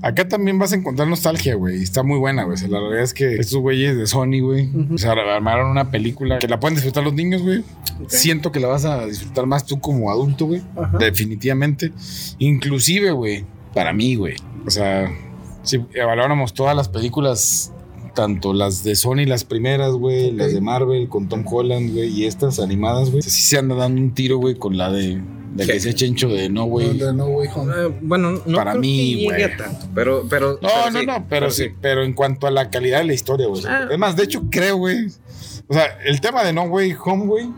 S1: Acá también vas a encontrar nostalgia, güey. y Está muy buena, güey. O sea, la realidad es que estos güeyes de Sony, güey,
S3: Ujú.
S1: o sea, armaron una película que la pueden disfrutar los niños, güey. Siento que la vas a disfrutar más tú como adulto, güey.
S3: Ajá.
S1: Definitivamente. Inclusive, güey, para mí, güey. O sea, si evaluáramos todas las películas, tanto las de Sony, las primeras, güey,
S3: Ok.
S1: las de Marvel con Tom Holland, güey, y estas animadas, güey. Sí se anda dando un tiro, güey, con la de... La que
S2: Sí.
S1: se chencho de no, güey.
S3: Donde No Way Home.
S2: Eh, bueno, no
S1: Para
S2: creo
S1: mí,
S2: que llegue
S1: güey.
S2: a tanto, pero, pero,
S1: No,
S2: pero
S1: no,
S2: sí,
S1: no, pero, sí, pero en cuanto a la calidad de la historia, güey.
S2: Ah.
S1: Es más, de hecho, creo, güey. O sea, el tema de No Way Home, güey,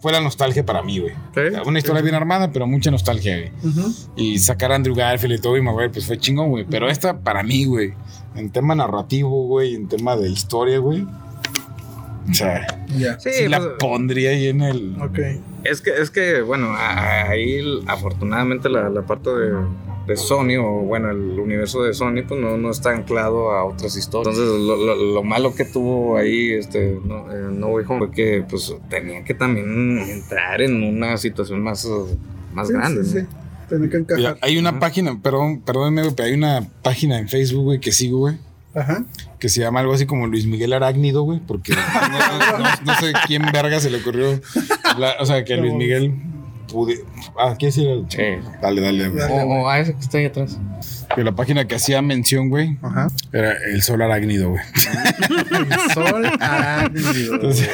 S1: fue la nostalgia para mí, güey.
S2: Sí.
S1: Una historia bien armada, pero mucha nostalgia, güey.
S3: Ujú.
S1: Y sacar a Andrew Garfield y Tobey Maguire, pues fue chingón, güey. Pero esta, para mí, güey, en tema narrativo, güey, en tema de historia, güey. O sea,
S3: Ya.
S2: Sí,
S1: sí la
S2: pues,
S1: pondría ahí en el.
S3: Ok.
S2: es que, es que, bueno, a- ahí afortunadamente la, la parte de, de Sony, o bueno, el universo de Sony, pues no, no está anclado a otras historias. Entonces, lo, lo- lo malo que tuvo ahí, este, no, eh, No Way Home, fue que, pues, tenían que también entrar en una situación más, eh, más
S3: Sí,
S2: grande,
S3: sí,
S2: ¿no?
S3: sí. Tenía que
S1: Mira,
S3: encajar.
S1: hay una
S2: Ajá.
S1: página, perdón, perdónenme, güey, pero hay una página en Facebook, güey, que sigo, güey.
S3: Ajá.
S1: que se llama algo así como Luis Miguel Arácnido, güey,
S2: <laughs>
S1: porque no, no- no- no sé quién verga se le ocurrió. hablar- o sea, que Luis Miguel pude. Ah, ¿qué decir? el-
S2: Sí.
S1: Dale, dale, güey.
S3: Dale.
S2: O, o a ese que está ahí atrás.
S1: Que la página que hacía mención, güey,
S3: Ajá.
S1: era El Sol Arácnido, güey.
S3: El sol arácnido.
S1: Entonces,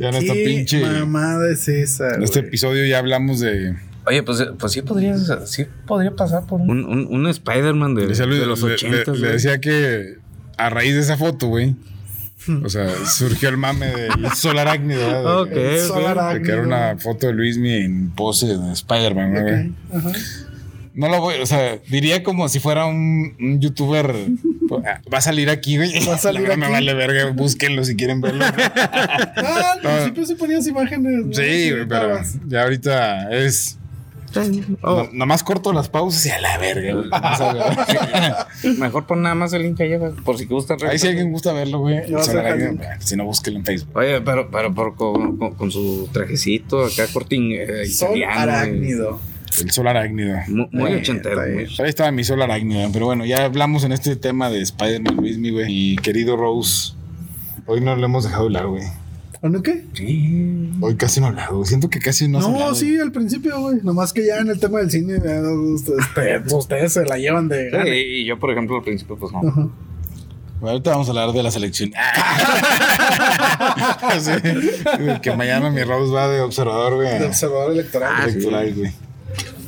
S1: ya en esta
S3: ¿Qué
S1: pinche.
S3: mamada es esa?
S1: En este
S3: güey?
S1: episodio ya hablamos de.
S2: Oye, pues, pues sí podría, sí podría pasar por un, un, un Spider-Man de,
S1: le decía a Luis-
S2: de los
S1: le- le-
S2: 80.
S1: le decía que a raíz de esa foto, güey. O sea, surgió el mame del sol arácnido. ¿verdad? De que-
S3: El sol
S1: de que era una foto de Luismi en pose de Spider-Man, güey.
S3: Ok, Ajá.
S1: No lo voy, o sea, diría como si fuera un, un youtuber. Va a salir aquí, güey.
S3: Va a salir
S1: La verdad
S3: aquí.
S1: Me vale verga, búsquenlo si quieren verlo.
S3: Ah, al principio sí ponías imágenes. ¿no?
S1: Sí, güey, pero
S3: estabas.
S1: ya ahorita es.
S2: oh.
S1: no- nomás corto las pausas y a la verga, güey. Vamos a ver.
S2: Mejor pon nada más el link allá, por si gustan.
S1: Ahí si alguien gusta verlo, güey.
S3: Ya vas a
S1: se la
S3: dejar
S1: verga,
S3: link.
S1: güey. Si no, búsquenlo en Facebook.
S2: Oye, pero, pero, pero con, con- con su trajecito acá cortín eh,
S3: Sol
S2: italiano.
S3: arácnido.
S1: El sol arácnido.
S2: y- Muy, muy
S3: Eh,
S2: ochentero.
S3: está
S2: muy-
S3: bien.
S1: Ahí estaba mi sol arácnido, pero bueno, ya hablamos en este tema de Spider-Man, Luis, mi güey. Y querido Rose, hoy no lo hemos dejado hablar, güey.
S3: ¿O no qué?
S1: Hoy casi no he hablado. güey. Siento que casi no has
S3: No,
S1: hablado.
S3: sí, al principio, güey. Nomás que ya en el tema del cine, ya, ustedes, ustedes- ustedes se la llevan de.
S2: Sí,
S3: gana.
S2: y yo, por ejemplo, al principio, pues no.
S3: Ajá.
S1: Bueno, ahorita vamos a hablar de la selección. <laughs> Ah. Sí, que mañana mi Rose va de observador, güey. Ah,
S3: De observador electoral.
S1: Electoral, güey.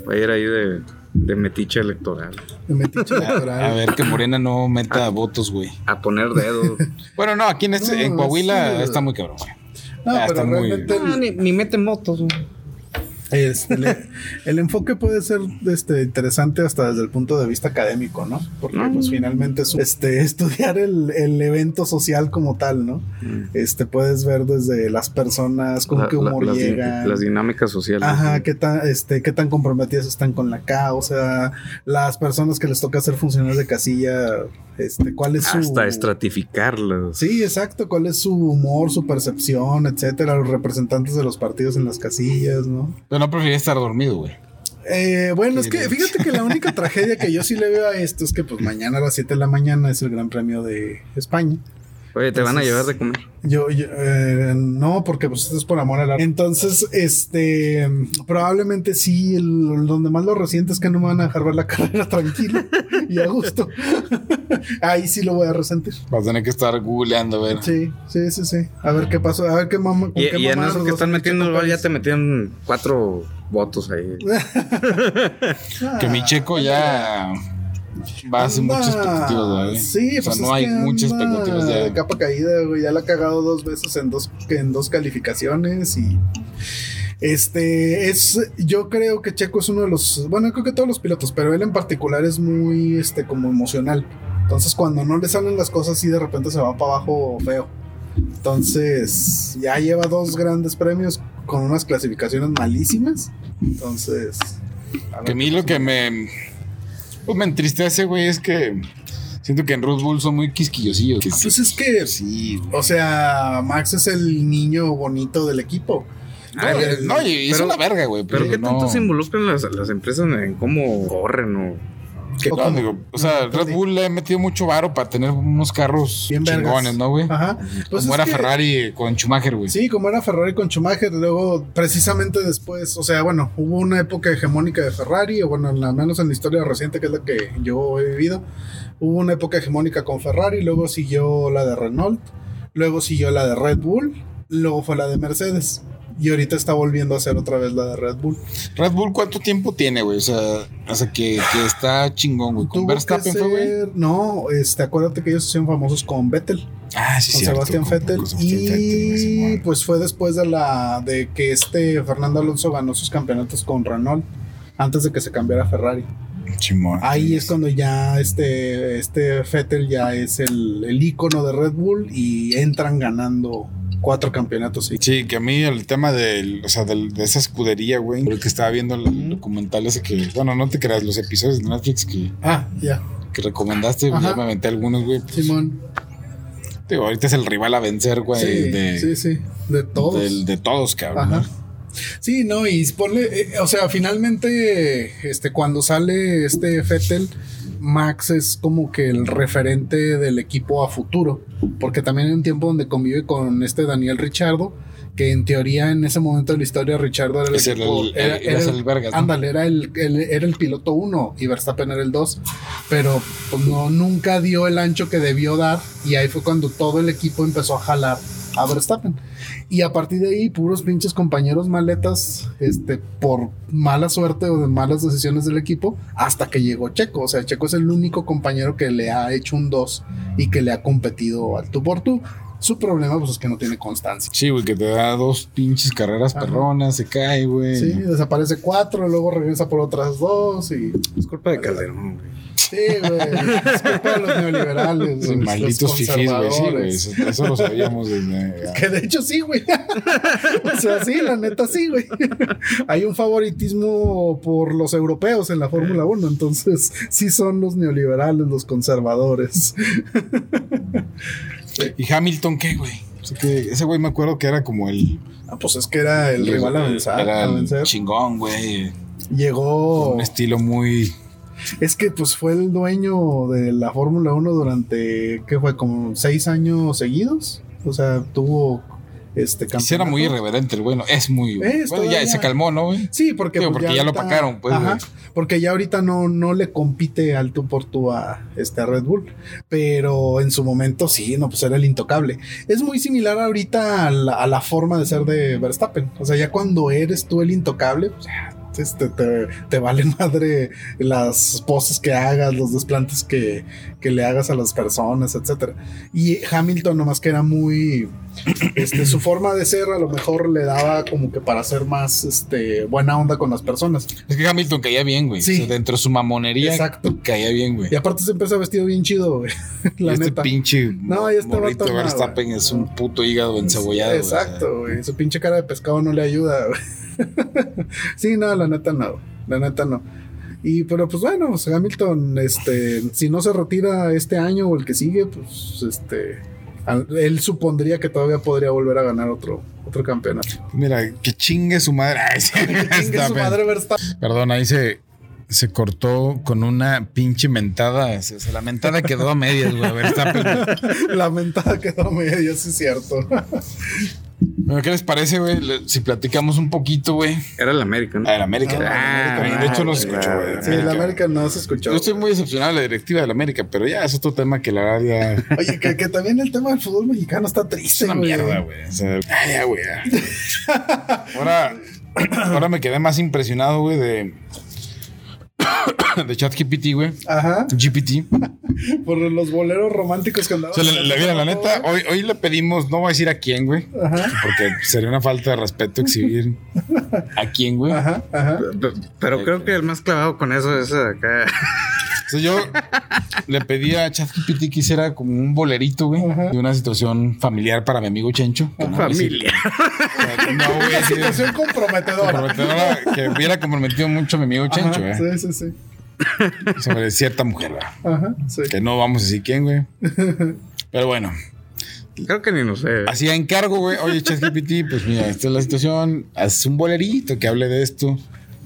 S2: Va a ir ahí de, de metiche electoral.
S3: De metiche
S1: Ah. A
S3: electoral.
S1: ver que Morena no meta votos, güey.
S2: A poner dedo.
S1: Bueno, no, aquí en, este,
S3: No,
S1: en Coahuila
S3: sí.
S1: está muy cabrón, güey. <laughs>
S3: No,
S1: Ah, está
S3: pero
S1: muy-
S3: realmente. el-
S2: ni, meten motos.
S3: Este, le- el enfoque puede ser este, interesante hasta desde el punto de vista académico, ¿no? Porque
S2: Ah,
S3: pues, finalmente es este, <laughs> estudiar el, el evento social como tal, ¿no? Este, puedes ver desde las personas, con
S2: Mm. La-
S3: qué
S2: la-
S3: humor
S2: las, di-
S3: llegan.
S2: las dinámicas sociales.
S3: Ajá, qué tan, este, qué tan comprometidas están con la causa, las personas que les toca ser funcionarios de casilla, este, cuál es su...
S2: Hasta estratificarlas.
S3: Sí, exacto, cuál es su humor, su percepción, etcétera, los representantes de los partidos en las casillas, ¿no?
S1: Pero no preferiría estar dormido, güey.
S3: Eh, bueno, es que
S1: Qué
S3: fíjate que la
S2: <laughs>
S3: única tragedia que yo sí le veo a esto es que pues mañana a las 7 de la mañana es el Gran Premio de España.
S2: Oye, te van a
S3: Entonces-
S2: llevar de comer.
S3: Yo, yo, eh, no, porque pues esto es por amor al arte. Entonces, este, probablemente sí, el- donde más lo resiento es que no me van a dejar ver la <laughs> carrera tranquila y a gusto. <laughs> Ahí sí lo voy a resentir.
S1: Vas a tener que estar googleando, güey.
S3: Sí, sí, sí, sí. A ver qué pasó, a ver qué mamá. con
S2: Y,
S3: qué
S2: y en
S3: mamadas
S2: eso que
S3: los
S2: están
S3: pinches
S2: metiendo el gol, ya
S3: compañeros.
S2: te metieron cuatro votos ahí.
S1: Que mi
S3: Ah.
S1: checo ya va a ser muchas
S3: Anda.
S1: expectativas, güey.
S3: Sí,
S1: o sea,
S3: pues es
S1: no hay
S3: que
S1: muchas
S3: anda
S1: expectativas ya.
S3: De capa caída, güey. Ya la ha cagado dos veces en dos, que en dos calificaciones y. Este es, yo creo que Checo es uno de los, bueno, creo que todos los pilotos, pero él en particular es muy, este, como emocional. Entonces, cuando no le salen las cosas, sí de repente se va para abajo feo. Entonces, ya lleva dos grandes premios con unas clasificaciones malísimas. Entonces, a ver
S1: Que a mí
S3: qué
S1: lo
S3: pasa.
S1: que me, pues, me entristece, güey, es que siento que en Red Bull son muy quisquillosillos. que sí,
S3: Pues es que
S1: sí, güey.
S3: O sea, Max es el niño bonito del equipo.
S1: No,
S2: Ay,
S1: eh, no, y hizo
S2: pero-
S1: la verga, güey.
S2: Pero qué
S1: no-
S2: tanto se involucran las, las empresas en cómo corren o.
S3: Que
S1: No,
S3: como-
S1: digo, o sea, Red Bull le ha metido mucho varo para tener unos carros
S3: Bien vergas.
S1: chingones, ¿no, güey?
S3: Ajá. Pues
S1: Como
S3: es
S1: era
S3: que-
S1: Ferrari con Schumacher, güey.
S3: Sí, como era Ferrari con Schumacher, luego precisamente después, o sea, bueno, hubo una época hegemónica de Ferrari, o bueno, al menos en la historia reciente, que es la que yo he vivido, hubo una época hegemónica con Ferrari, luego siguió la de Renault, luego siguió la de Red Bull, luego fue la de Mercedes, y ahorita está volviendo a ser otra vez la de Red Bull.
S1: Red Bull, ¿cuánto tiempo tiene, güey? O sea, hasta que, que está chingón, güey. Con
S3: Tuvo que
S1: Verstappen fue, güey.
S3: ser- No, este, acuérdate que ellos se hicieron famosos con Vettel.
S1: Ah, sí,
S3: con
S1: cierto,
S3: Sebastián
S1: con-
S3: Vettel
S1: con Sebastián Vettel,
S3: y
S1: Simón.
S3: pues fue después de la de que este Fernando Alonso ganó sus campeonatos con Renault antes de que se cambiara a Ferrari.
S1: Simón.
S3: pues, Ahí es cuando ya este este Vettel ya es el, el ícono de Red Bull y entran ganando cuatro campeonatos. sí.
S1: Sí, que a mí el tema del, o sea, del- de esa escudería, güey, lo que estaba viendo el documental ese que, bueno, no te creas, los episodios de Netflix que,
S3: Ah, ya.
S1: que recomendaste, güey,
S3: Ajá.
S1: ya me aventé algunos, güey. Pues,
S3: Simón.
S1: digo, ahorita es el rival a vencer, güey,
S3: Sí,
S1: Pues de,
S3: sí, sí, de todos.
S1: del- de todos, cabrón.
S3: Ajá.
S1: ¿no?
S3: Sí, no, y ponle, eh, o sea, finalmente, este, cuando sale este Fettel, Max es como que el referente del equipo a futuro, porque también hay un tiempo donde convive con este Daniel Richardo, que en teoría en ese momento de la historia Richardo era el,
S1: Es el-
S3: equipo-
S1: el-
S3: era-
S1: el-
S3: era
S1: es
S3: el-
S1: el vergas, ¿no?
S3: ándale, era el, el- era el piloto 1 y Verstappen era el 2, pero pues, no, nunca dio el ancho que debió dar y ahí fue cuando todo el equipo empezó a jalar a Verstappen. Y a partir de ahí, puros pinches compañeros maletas, este, por mala suerte o de malas decisiones del equipo, hasta que llegó Checo. O sea, Checo es el único compañero que le ha hecho un 2 y que le ha competido al tú por tú. Su problema, pues, es que no tiene constancia.
S1: Sí, güey, que te da dos pinches carreras
S3: Ajá.
S1: perronas, se cae, güey.
S3: Sí, desaparece cuatro, luego regresa por otras dos y...
S2: Es culpa de Calderón, güey.
S3: Sí, güey. Es culpa de los neoliberales.
S1: Sí,
S3: güey, los
S1: malditos fifís, güey. Sí, güey.
S3: conservadores.
S1: Eso, eso lo sabíamos
S3: <laughs>
S1: desde.
S3: Que de hecho sí, güey. o sea, sí, la neta sí, güey. Hay un favoritismo por los europeos en la Fórmula 1, entonces sí son los neoliberales, los conservadores.
S1: ¿Y Hamilton qué, güey? O sea, que ese güey me acuerdo que era como el.
S3: Ah, pues es que era el rival a vencer.
S1: Era
S3: a
S1: el
S3: vencer. Oh.
S1: chingón, güey.
S3: Llegó.
S1: Un estilo muy.
S3: Es que pues fue el dueño de la Fórmula 1 durante, ¿qué fue? Como seis años seguidos. O sea, tuvo este
S1: Y sí era muy
S3: campeonato.
S1: irreverente el bueno. Es muy.
S3: Es
S1: bueno, ya
S3: todavía.
S1: se calmó, ¿no, güey?
S3: Sí, porque,
S1: Digo, porque ya lo pacaron, pues,
S3: ajá,
S1: güey.
S3: porque ya ahorita no, no le compite al tú por tú a, este, a Red Bull. Pero en su momento sí, no, pues era el intocable. Es muy similar ahorita a la, a la forma de ser de Verstappen. O sea, ya cuando eres tú el intocable, pues, ya, este, te, te vale <laughs> madre las poses que hagas, los desplantes que, que le hagas a las personas, etcétera. Y Hamilton, nomás que era muy. Este, su forma de ser a lo mejor le daba como que para ser más este, buena onda con las personas.
S1: Es que Hamilton caía bien, güey.
S3: Sí.
S1: O sea, dentro de su mamonería.
S3: Exacto.
S1: Caía bien, güey.
S3: Y aparte siempre se ha vestido bien chido, güey. <laughs> La
S1: Y este
S3: neta.
S1: pinche
S3: No, y este
S1: morrito
S3: vato no,
S1: Verstappen
S3: güey.
S1: es un puto hígado encebollado. güey.
S3: Exacto, güey. Su pinche cara de pescado no le ayuda, güey. <laughs> sí, no, la neta no. La neta no. Y pero pues bueno, pues, Hamilton, este, si no se retira este año o el que sigue, pues este al- él supondría que todavía podría volver a ganar otro, otro campeonato. <laughs>
S1: Mira, que chingue su madre. <laughs> Ay, sí,
S3: Chingue su
S1: Verstappen.
S3: madre Verstappen.
S1: Perdón, ahí se, se cortó con una pinche mentada. Se, se- la mentada quedó a medias, güey. Verstappen.
S3: Lamentada quedó medio, sí es cierto.
S1: Bueno, ¿Qué les parece, güey? Le- Si platicamos un poquito, güey.
S2: Era el América, ¿no?
S1: Ah, el América.
S3: Ah,
S1: güey.
S3: el
S1: de hecho, no
S3: América.
S1: se escuchó, güey.
S3: Sí, el América no se escuchó.
S1: Yo estoy muy decepcionado de la directiva del América, pero ya es otro tema que la verdad ya.
S3: Oye, que, que también el tema del fútbol mexicano está
S1: Es
S3: triste,
S1: una mierda, güey. O sea, ay, ya, güey. ya. Ahora, ahora me quedé más impresionado, güey, de. <coughs> De ChatGPT, güey.
S3: Ajá.
S1: GPT.
S3: Por los boleros románticos que
S1: O
S3: andaban.
S1: sea, la, la- mira, la neta, hoy, hoy le pedimos, no voy a decir a quién, güey.
S3: Ajá,
S1: Porque sería una falta de respeto exhibir a quién, güey. O
S3: ajá, ajá.
S2: Pero- Pero creo que el más clavado con eso es <laughs> acá.
S1: sea, yo le pedí a ChatGPT que hiciera como un bolerito, güey,
S3: Ajá.
S1: de una situación familiar para mi amigo Chencho. que
S2: <laughs>
S1: no voy a decir-
S2: Familia.
S1: No, güey, así de-
S3: Situación comprometedora.
S1: comprometedora, que hubiera comprometido mucho a mi amigo Chencho,
S3: Ajá,
S1: güey.
S3: sí, sí, sí.
S1: Sobre cierta mujer, güey.
S3: Ajá, sí.
S1: Que no vamos a decir quién, güey. Pero bueno,
S2: Creo que ni no sé.
S1: Así a encargo, güey. Oye, ChatGPT, pues mira, esta es la situación. Haz un bolerito que hable de esto.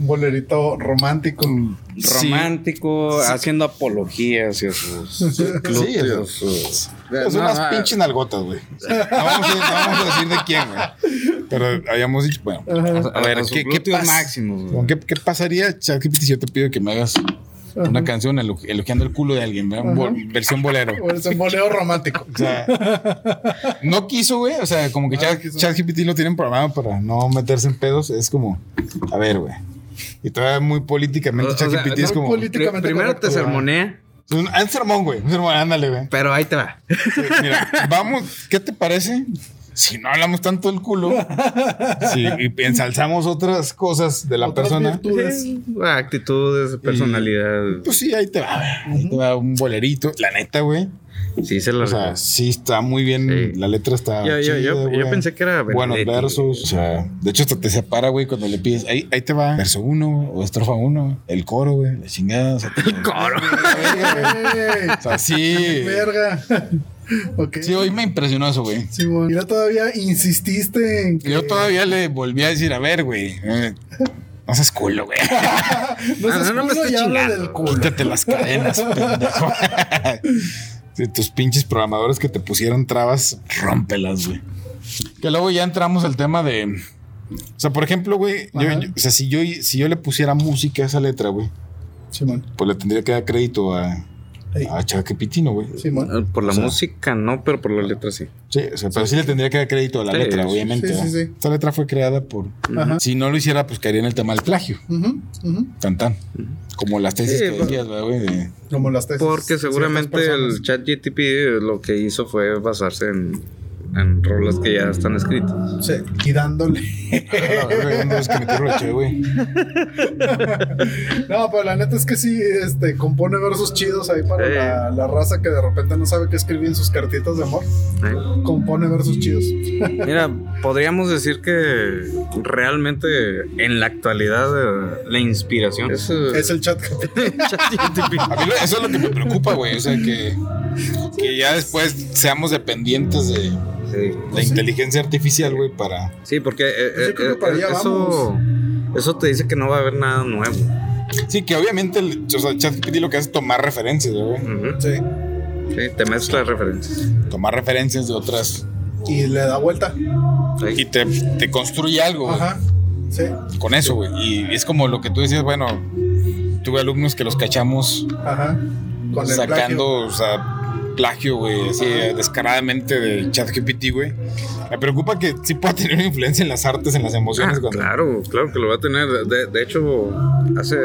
S3: Un bolerito romántico.
S2: Romántico, haciendo apologías y a sus.
S1: Sí, o sea, pues
S2: No,
S1: unas
S2: ah,
S1: pinches nalgotas, güey. No vamos, a, no vamos a decir de quién, güey. Pero habíamos dicho, bueno,
S3: Ajá,
S1: a ver,
S2: sus
S1: ¿qué, qué,
S2: glúteos
S1: pas-
S2: máximos, güey.
S1: con qué, qué pasaría, ChatGPT, si yo te pido que me hagas una canción elo- elogiando el culo de alguien, ¿verdad? Un bol- versión bolero?
S3: O es un bolero romántico.
S1: O sea, no quiso, güey. O sea, como que
S3: Ah,
S1: Chat-
S3: quiso.
S1: ChatGPT lo tienen programado para no meterse en pedos. Es como, a ver, güey. Y todavía muy políticamente
S2: O- o sea,
S1: ChatGPT es
S2: muy
S1: como.
S3: politi-
S2: Pri- Primero te sermonea,
S1: Un, un sermón, güey. Un sermón, ándale, güey.
S2: pero ahí te va.
S1: Sí, Mira, vamos, ¿qué te parece? Si no hablamos tanto del culo sí, y ensalzamos otras cosas de la
S3: Otras
S1: persona,
S3: virtudes.
S2: Actitudes, personalidad.
S1: pues sí, ahí te va, güey. Ahí te va un bolerito. La neta, güey.
S2: Sí, se lo
S1: O sea, sí está muy bien.
S2: Sí.
S1: La letra está.
S2: Yo- yo-
S1: chida,
S2: yo- yo
S1: güey.
S2: pensé que era
S1: Buenos
S2: Benedetti.
S1: versos. O sea, de hecho, hasta te separa, güey, cuando le pides. Ahí, ahí te va. Verso 1 o estrofa 1. El coro, güey. La chingada. O sea, te- o
S2: Coro.
S3: Ey,
S1: sea,
S3: <laughs>
S1: sí.
S3: Verga. Ok.
S1: Sí, hoy me impresionó eso, güey.
S3: Simón. Mira, todavía insististe en que.
S1: Yo todavía le volví a decir, a ver, güey. eh, no seas culo, güey.
S3: No
S2: Ah,
S3: seas
S2: no, no me
S3: culo
S2: estés
S3: y habla
S2: chingando.
S3: del culo.
S1: Quítate las <laughs> cadenas, pendejo. Sí, tus pinches programadores que te pusieron trabas, rómpelas, güey. Que luego ya entramos al tema de. O sea, por ejemplo, güey, yo-
S3: Ajá.
S1: yo- o sea, si yo, si yo le pusiera música a esa letra, güey,
S3: Simón.
S1: pues le tendría que dar crédito a,
S3: Ey,
S2: Ah,
S1: a Chaquepitino, güey. Sí.
S3: Simón.
S2: Por la
S1: O sea,
S2: música, no, pero por la letra sí.
S1: o sea, pero sí le tendría que dar crédito a la
S2: Sí,
S1: letra,
S2: sí,
S1: obviamente.
S3: sí, sí,
S1: ¿verdad?
S3: sí.
S1: Esta letra fue creada por.
S2: ah,
S3: Ajá.
S1: Si no lo hiciera, pues caería en el tema del plagio.
S3: Ujú, ujú. pues.
S1: Tan tan. Como las tesis
S2: Sí,
S1: que
S2: pero-
S1: decías, ¿verdad, güey. <laughs> de-
S3: Como las
S1: pues,
S3: tesis.
S2: Porque seguramente
S3: Ciertas
S2: el
S3: personas.
S2: chat GTP lo que hizo fue basarse en, en rolas que ya están escritas.
S3: Sí, y dándole.
S1: Ah, güey, no, es que me tiro la che, güey.
S3: <laughs> No, pero la neta es que sí, este, compone versos chidos ahí para
S2: Sí.
S3: la, la raza que de repente no sabe qué escribir en sus cartitas de amor.
S2: ¿eh?
S3: Compone versos chidos.
S2: Mira, podríamos decir que realmente en la actualidad eh, la inspiración es, <laughs> eh,
S3: Es el chat.
S1: A <laughs> mí lo- eso es lo que me preocupa, güey. O sea, que, que ya después seamos dependientes de
S2: Sí.
S1: la inteligencia artificial, güey, para...
S2: Sí, porque eh,
S3: Pues Yo
S2: eh,
S3: creo que
S2: eh,
S3: para allá
S2: eso, eso te dice que no va a haber nada nuevo.
S1: Sí, que obviamente, el- o sea, ChatGPT lo que hace es tomar referencias, güey.
S2: Ujú.
S3: Sí.
S2: Sí, te mezclas referencias.
S1: Tomar referencias de otras.
S3: Y le da vuelta.
S1: Y
S2: Sí.
S1: te, te construye algo, güey,
S3: Ajá. Sí.
S1: con eso, güey. Y es como lo que tú decías, bueno, tuve alumnos que los cachamos
S3: Ajá. Con el
S1: sacando,
S3: plagio.
S1: o sea, plagio, güey, así descaradamente de ChatGPT, güey. Me preocupa que sí pueda tener una influencia en las artes, en las emociones.
S2: Ah,
S1: cuando-
S2: Claro, claro que lo va a tener. De, de hecho, hace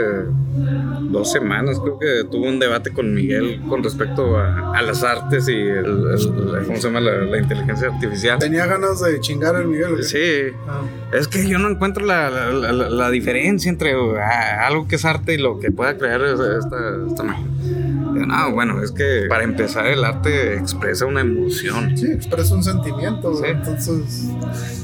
S2: dos semanas creo que tuve un debate con Miguel con respecto a, a las artes y el, el- la- ¿cómo se llama? La, la inteligencia artificial.
S3: Tenía ganas de chingar al Miguel. güey.
S2: Sí,
S3: Ah.
S2: es que yo no encuentro la, la- la- la diferencia entre ah, algo que es arte y lo que pueda crear esta, esta, esta magia. Digo, No, bueno, es que para empezar el arte expresa una emoción.
S3: Sí, expresa un sentimiento, güey.
S2: Sí.
S3: entonces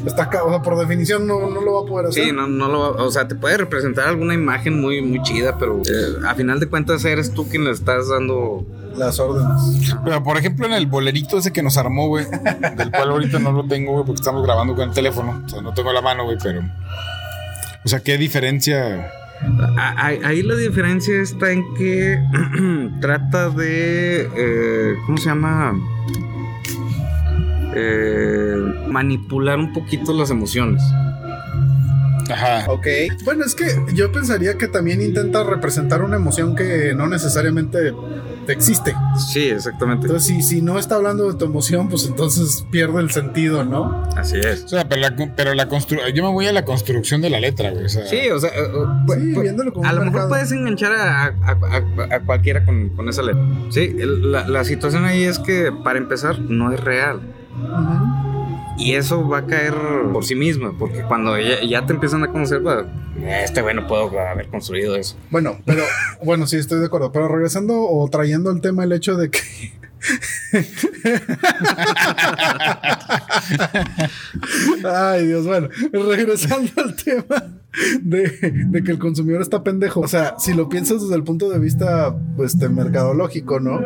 S3: está ca- o sea, por definición no, no lo va a poder hacer.
S2: Sí, no, no lo, o sea, te puede representar alguna imagen muy, muy chida, pero eh, a final de cuentas eres tú quien le estás dando.
S3: Las órdenes.
S1: Pero por ejemplo, en el bolerito ese que nos armó, güey, del cual ahorita no lo tengo, güey, porque estamos grabando con el teléfono. O sea, no tengo la mano, güey, pero. O sea, qué diferencia.
S2: A- a- ahí la diferencia está en que <clears throat> trata de, eh, ¿cómo se llama? Eh, manipular un poquito las emociones.
S1: Ajá.
S3: Ok. Bueno, es que yo pensaría que también intenta representar una emoción que no necesariamente existe.
S2: Sí, exactamente.
S3: Entonces, si, si no está hablando de tu emoción, pues entonces pierde el sentido, ¿no?
S2: Así es.
S1: O sea, pero la, pero la constru- Yo me voy a la construcción de la letra, güey. O sea,
S2: Sí, o sea, eh, eh,
S3: Sí,
S2: pu- pu-
S3: viéndolo como
S2: a
S3: un
S2: lo mejor
S3: mercado.
S2: puedes enganchar a, a- a- a- a cualquiera con, con esa letra. Sí, el- la, la situación ahí es que, para empezar, no es real.
S3: Ujú.
S2: Y eso va a caer por sí misma, porque cuando ya, ya te empiezan a conocer, va, este bueno puedo haber construido eso.
S3: Bueno, pero bueno, sí, estoy de acuerdo. Pero regresando o trayendo al tema el hecho de que. <laughs> Ay, Dios, bueno, regresando al tema de, de que el consumidor está pendejo. O sea, si lo piensas desde el punto de vista pues, este, mercadológico, ¿no?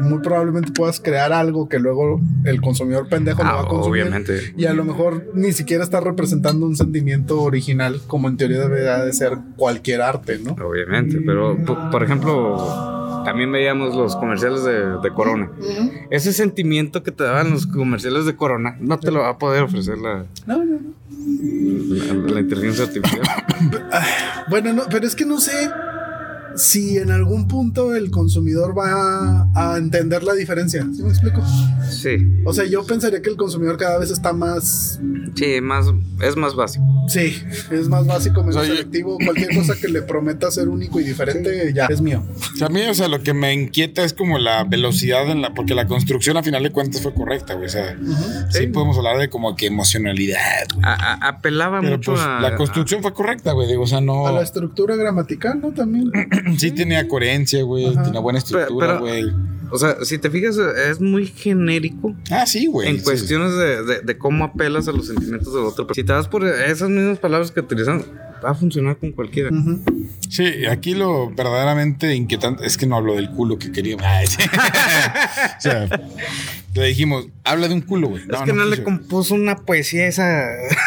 S3: Muy probablemente puedas crear algo que luego el consumidor pendejo no va
S2: Ah,
S3: a consumir.
S2: obviamente.
S3: Y a lo mejor ni siquiera está representando un sentimiento original, como en teoría debería de ser cualquier arte, ¿no?
S2: Obviamente, pero po- por ejemplo, también veíamos los comerciales de, de Corona. Ese sentimiento que te daban los comerciales de Corona no te lo va a poder ofrecer la,
S3: No, no, no.
S2: la- la inteligencia artificial.
S3: Bueno, no, pero es que no sé si en algún punto el consumidor va a entender la diferencia. ¿Sí me explico?
S2: Sí,
S3: O sea, yo pensaría que el consumidor cada vez está más.
S2: sí, más, es más básico.
S3: Sí, es más básico, menos
S1: O sea, yo-
S3: selectivo. Cualquier cosa que le prometa ser único y diferente, ya es mío.
S1: O sea, a mí, o sea, lo que me inquieta es como la velocidad en la. Porque la construcción, a final de cuentas, fue correcta, güey. O sea, sí,
S2: Sí.
S1: podemos hablar de como que emocionalidad. güey.
S2: A- a- apelaba
S1: Pero
S2: Ah, mucho
S1: pues
S2: a
S1: la construcción fue correcta, güey. Digo, o sea, no.
S3: A la estructura gramatical, ¿no? También.
S1: <clears throat> Sí tenía coherencia, güey.
S3: Ajá.
S1: Tenía buena estructura,
S2: pero-
S1: güey.
S2: a- O sea, si te fijas, es muy genérico
S1: Ah, sí, güey.
S2: en
S1: sí.
S2: cuestiones de, de- de cómo apelas a los sentimientos del otro. Si te vas por esas mismas palabras que utilizan, va a funcionar con cualquiera.
S3: Ujú.
S1: Sí, aquí lo verdaderamente inquietante es que no hablo del culo que queríamos. Ay, Ah, sí. <laughs> o sea, le dijimos, habla de un culo, güey.
S2: es que no, le
S1: quiso.
S2: compuso una poesía esa. <laughs>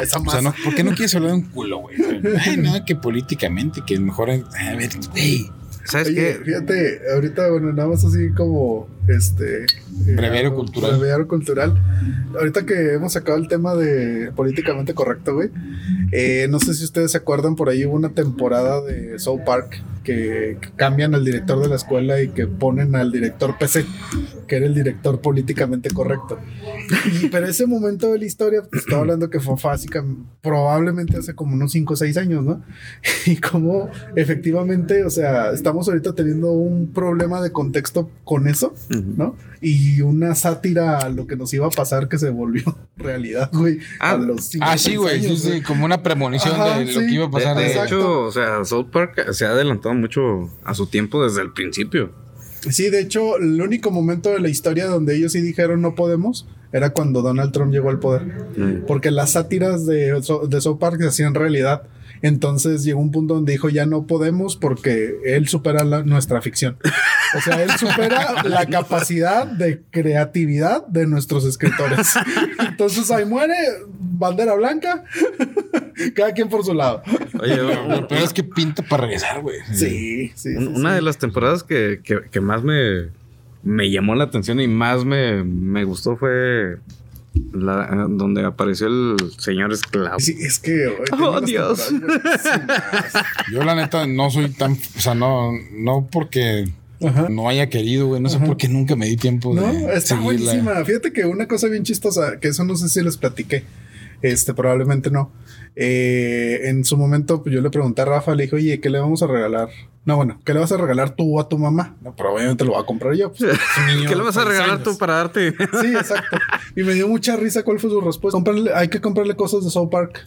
S3: Esa
S1: O
S3: más.
S1: sea, no, ¿por qué no quieres hablar de un culo, güey? Ay, no, que políticamente, que mejor. en- A ver, güey.
S2: ¿Sabes
S3: Oye,
S2: qué?
S3: fíjate, ahorita, bueno, nada más así como este. eh,
S1: Breviario
S3: algo-
S1: cultural.
S3: Breviario cultural. Ahorita que hemos sacado el tema de políticamente correcto, güey. eh, no sé si ustedes se acuerdan, por ahí hubo una temporada de South Park que que cambian al director de la escuela y que ponen al director PC, que era el director políticamente correcto. Y- Pero ese momento de la historia, pues, estaba hablando que fue básica, probablemente hace como unos 5 o 6 años, ¿no? <laughs> y cómo efectivamente, o sea, estamos ahorita teniendo un problema de contexto con eso,
S2: Ujú.
S3: ¿no? Y una sátira a lo que nos iba a pasar que se volvió <laughs> realidad, güey.
S2: Ah,
S3: a los
S1: Ah, sí,
S3: 56
S1: güey. Sí,
S3: años,
S1: sí, como una premonición
S3: Ajá,
S1: de lo
S3: sí.
S1: que iba a pasar.
S2: De, de
S1: de-
S3: Exacto.
S2: hecho, o sea, South Park se ha adelantado mucho a su tiempo desde el principio.
S3: Sí, de hecho, el único momento de la historia donde ellos sí dijeron no podemos era cuando Donald Trump llegó al poder. Porque las sátiras de, So- de South Park se hacían realidad. Entonces llegó un punto donde dijo ya no podemos porque él supera la- nuestra ficción. O sea, él
S2: <laughs>
S3: supera la capacidad de creatividad de nuestros
S2: <laughs>
S3: escritores. Entonces ahí muere, bandera blanca, cada quien por su lado.
S2: Oye,
S1: Lo peor es que pinta para regresar, güey.
S3: Sí, sí.
S2: Un- una de las temporadas que, que- que más me, me llamó la atención y más me, me gustó fue la, donde apareció el señor esclavo.
S3: Sí, es que... güey, tiene
S2: Oh,
S3: unas
S2: Dios. <laughs>
S3: temporadas buenísimas.
S1: Yo, la neta, no soy tan. O sea, no, no porque
S3: Ajá.
S1: no haya querido, güey. No sé
S3: Ajá.
S1: por qué nunca me di tiempo
S3: No,
S1: de
S3: está
S1: seguirla.
S3: buenísima. Fíjate que una cosa bien chistosa, que eso no sé si les platiqué. Este, probablemente no. Eh, en su momento, pues yo le pregunté a Rafa, le dije, oye, ¿qué le vamos a regalar? No, bueno, ¿qué le vas a regalar tú a tu mamá? No, probablemente lo voy a comprar
S2: <laughs>
S3: yo. pues, es un niño
S2: ¿Qué le vas a
S3: de seis
S2: regalar
S3: años.
S2: tú para darte?
S3: Sí, exacto. Y me dio mucha risa cuál fue su respuesta. Comprarle- hay que comprarle cosas de South Park.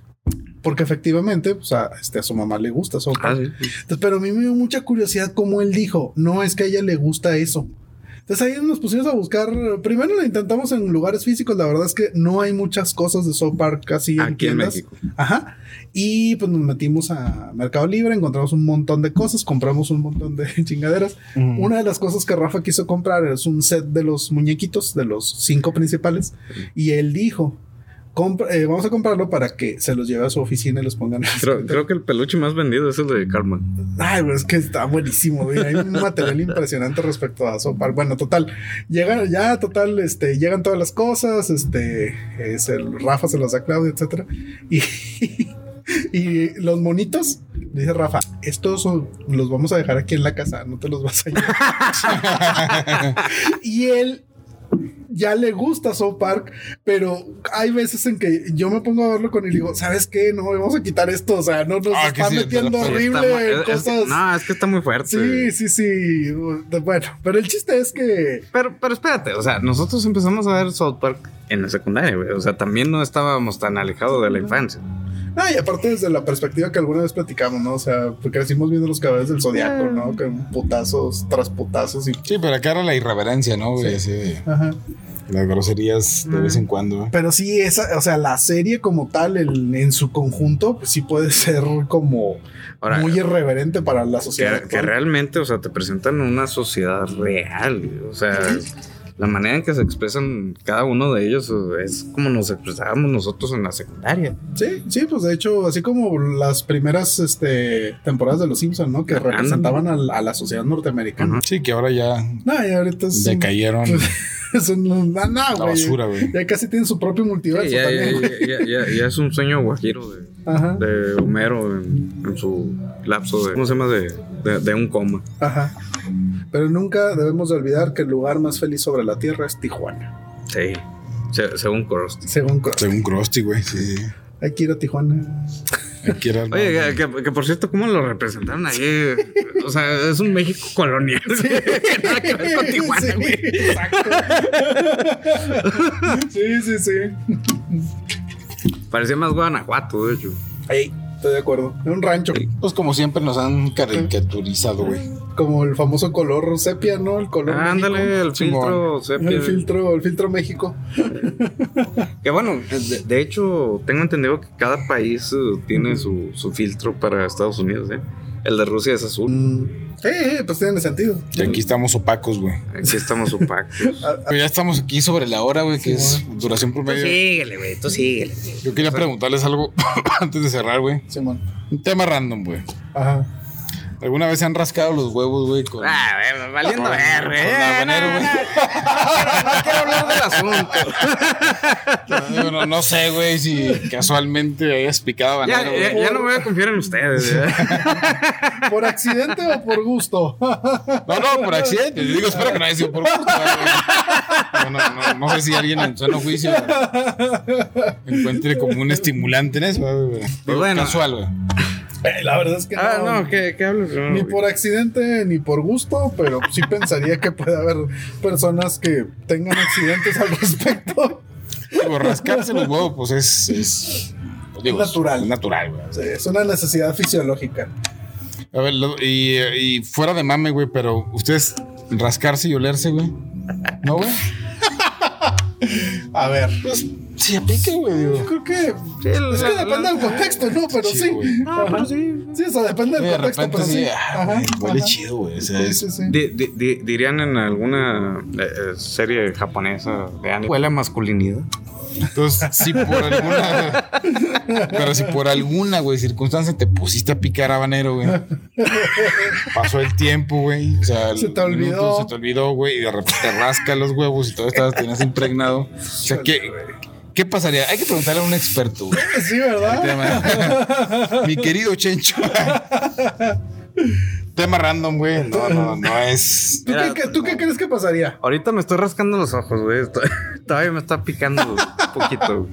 S3: Porque efectivamente, pues a, este, a su mamá le gusta South Park.
S2: Ah, sí.
S3: Entonces, pero a mí me dio mucha curiosidad cómo él dijo, no es que a ella le gusta eso. Entonces ahí nos pusimos a buscar, primero lo intentamos en lugares físicos, la verdad es que no hay muchas cosas de South Park así en
S2: Aquí en
S3: tiendas.
S2: México.
S3: Ajá. Y pues nos metimos a Mercado Libre, encontramos un montón de cosas, compramos un montón de <laughs> chingaderas.
S2: Mm.
S1: Ujú.
S3: Una de las cosas que Rafa quiso comprar es un set de los muñequitos, de los cinco principales,
S2: Mm.
S3: y él dijo, "Compra- eh, vamos a comprarlo para que se los lleve a su oficina y los pongan. en el
S2: Creo, creo que el peluche más vendido es el de Carmen.
S3: Ay, güey, es que está buenísimo, güey. Hay un material impresionante respecto a Sopar. Bueno, total. Llegan, ya, total, este, llegan todas las cosas. Este, es el Rafa se los da a Claudio, etcétera. Y, <laughs> y los monitos, dice Rafa, estos son- los vamos a dejar aquí en la casa, no te los vas a llevar. <laughs> y él ya le gusta South Park, pero hay veces en que yo me pongo a verlo con él y digo, ¿sabes qué? No, vamos a quitar esto. O sea, no nos
S1: Ah, que
S3: está
S1: sí,
S3: metiendo
S1: está la-
S3: horrible
S2: Está mu-
S3: en
S2: es- es que-
S3: cosas.
S2: no, es que está muy fuerte.
S3: Sí, sí, sí. Bueno, pero el chiste es que.
S2: Pero, pero espérate, o sea, nosotros empezamos a ver South Park en la secundaria, güey. O sea, también no estábamos tan alejados de la infancia.
S3: Ah, y aparte desde la perspectiva que alguna vez platicamos, ¿no? O sea, crecimos viendo los cabezas del zodiaco, ¿no? Con putazos tras putazos y.
S1: Sí, pero acá era la irreverencia, ¿no? Güey?
S3: Sí.
S1: Así de-
S3: Ajá.
S1: las groserías de vez en cuando. güey.
S3: Pero sí, esa, o sea, la serie como tal, el- en su conjunto, pues sí puede <laughs> ser como
S2: Ahora,
S3: muy irreverente para la sociedad.
S2: que, que realmente, o sea, te presentan una sociedad real. güey. O sea, la manera en que se expresan cada uno de ellos o, es como nos expresábamos nosotros en la secundaria.
S3: Sí, sí, pues de hecho, así como las primeras este, temporadas de Los Simpsons, ¿no? Que
S2: Ah, Ándale.
S3: representaban a la, a la sociedad norteamericana.
S2: Ajá.
S1: Sí, que ahora ya
S3: No, y ahorita es un- <laughs>
S1: decayeron
S3: es un- ah, no,
S1: la
S3: güey.
S1: basura, güey.
S3: Ya casi tienen su propio multiverso
S2: Sí, ya, ya,
S3: también.
S2: ya, ya- ya- ya es un sueño guajiro de,
S3: Ajá.
S2: de Homero en, en su lapso de, ¿cómo se llama? De, de- de un coma.
S3: Ajá. Pero nunca debemos de olvidar que el lugar más feliz sobre la tierra es Tijuana.
S2: Sí, se- según Krusty.
S3: Según Cro-
S1: Según Krusty, güey. Sí, sí.
S3: Hay que ir a Tijuana.
S1: Aquí era-
S2: Oye, que, que- que por cierto, ¿cómo lo representaron <laughs> ahí? O sea, es un México colonial. Nada <laughs> que ver con Tijuana,
S3: <laughs> Sí,
S2: güey.
S3: exacto. sí, sí, sí.
S2: Parecía más Guanajuato, de hecho.
S3: Ahí, estoy de acuerdo. Es un rancho.
S1: Pues como siempre nos han caricaturizado, güey.
S3: Como el famoso color sepia, ¿no? El color.
S2: Ah, Ándale, el filtro
S1: Chingón.
S3: México.
S2: sepia.
S3: El filtro, el filtro México.
S2: Que bueno, de, de hecho, tengo entendido que cada país eh, tiene su, su filtro para Estados Unidos, ¿eh? El de Rusia es azul.
S3: Mm. Eh, eh, pues tiene sentido.
S1: Y aquí estamos opacos, güey.
S2: Aquí estamos <laughs> opacos.
S1: Pero ya estamos aquí sobre la hora, güey, que
S3: Sí,
S1: es duración promedio.
S2: síguele, güey, tú síguele.
S1: Yo quería preguntarles algo <laughs> antes de cerrar, güey.
S3: Simón.
S1: Un tema random, güey.
S3: Ajá.
S1: ¿Alguna vez se han rascado los huevos, güey? Con...
S2: Ah, güey, valiendo
S1: con-
S2: ver, eh.
S1: con
S2: güey.
S1: habanero,
S2: No, no,
S1: güey?
S2: no, Ah, no quiero hablar del asunto.
S1: Digo, no, no sé, güey, si casualmente hayas picado
S2: Ya,
S1: habanero,
S2: ya,
S1: güey.
S2: ya no voy a confiar en ustedes, ¿eh?
S3: ¿Por accidente o por gusto? <laughs>
S1: No, no, <laughs> por accidente. Yo digo, espero que no haya sido por gusto. güey. No, no, no, no sé si alguien en sano juicio encuentre como un estimulante en eso. güey. Digo,
S2: bueno.
S1: Casual, güey.
S3: Eh, La verdad es que
S2: Ah, no, ¿qué, qué hablo? primero,
S3: Ni
S2: güey?
S3: por accidente ni por gusto, pero sí pensaría que puede haber personas que tengan accidentes al respecto.
S1: Digo, rascarse los huevos, pues es. es pues, digo, es
S3: Natural.
S1: natural, güey.
S3: Sí, es una necesidad fisiológica.
S1: A ver, lo- y, y fuera de mame, güey, pero ustedes rascarse y olerse, güey. ¿No, güey?
S3: A ver,
S1: Pues sí aplica, güey.
S3: yo
S1: digo.
S3: creo que
S2: Sí, la-
S3: es que
S2: la-
S3: depende del contexto, ¿no? Pero
S1: Sí,
S3: sí.
S1: güey.
S2: Ah, pero
S3: Ajá.
S2: sí.
S3: Sí, o sea, depende del
S1: Eh, De
S3: contexto,
S1: repente
S3: pero
S1: sí,
S3: sí.
S1: ah,
S3: Ajá,
S1: güey, huele
S3: ajá.
S1: chido, güey. O sea,
S3: Sí,
S1: es-
S3: sí, sí.
S2: Di- di- di- dirían en alguna eh, eh, serie japonesa de anime. Huele a masculinidad.
S1: Entonces, si por alguna. pero si por alguna, güey, circunstancia te pusiste a picar habanero, güey. Pasó el tiempo, güey. O sea,
S3: Se
S1: el
S3: te olvidó.
S1: se te olvidó, güey. Y de repente te rasca los huevos y todo estabas tenías impregnado. O sea, ¿qué, ¿qué pasaría? Hay que preguntarle a un experto, güey.
S3: Sí, ¿verdad?
S1: tema. Mi querido Chencho. tema random, güey. No, no, no es.
S3: ¿Tú,
S2: Mira,
S3: qué, tú qué crees que pasaría?
S2: Ahorita me estoy rascando los ojos, güey. Estoy- <laughs> Todavía me está picando un poquito.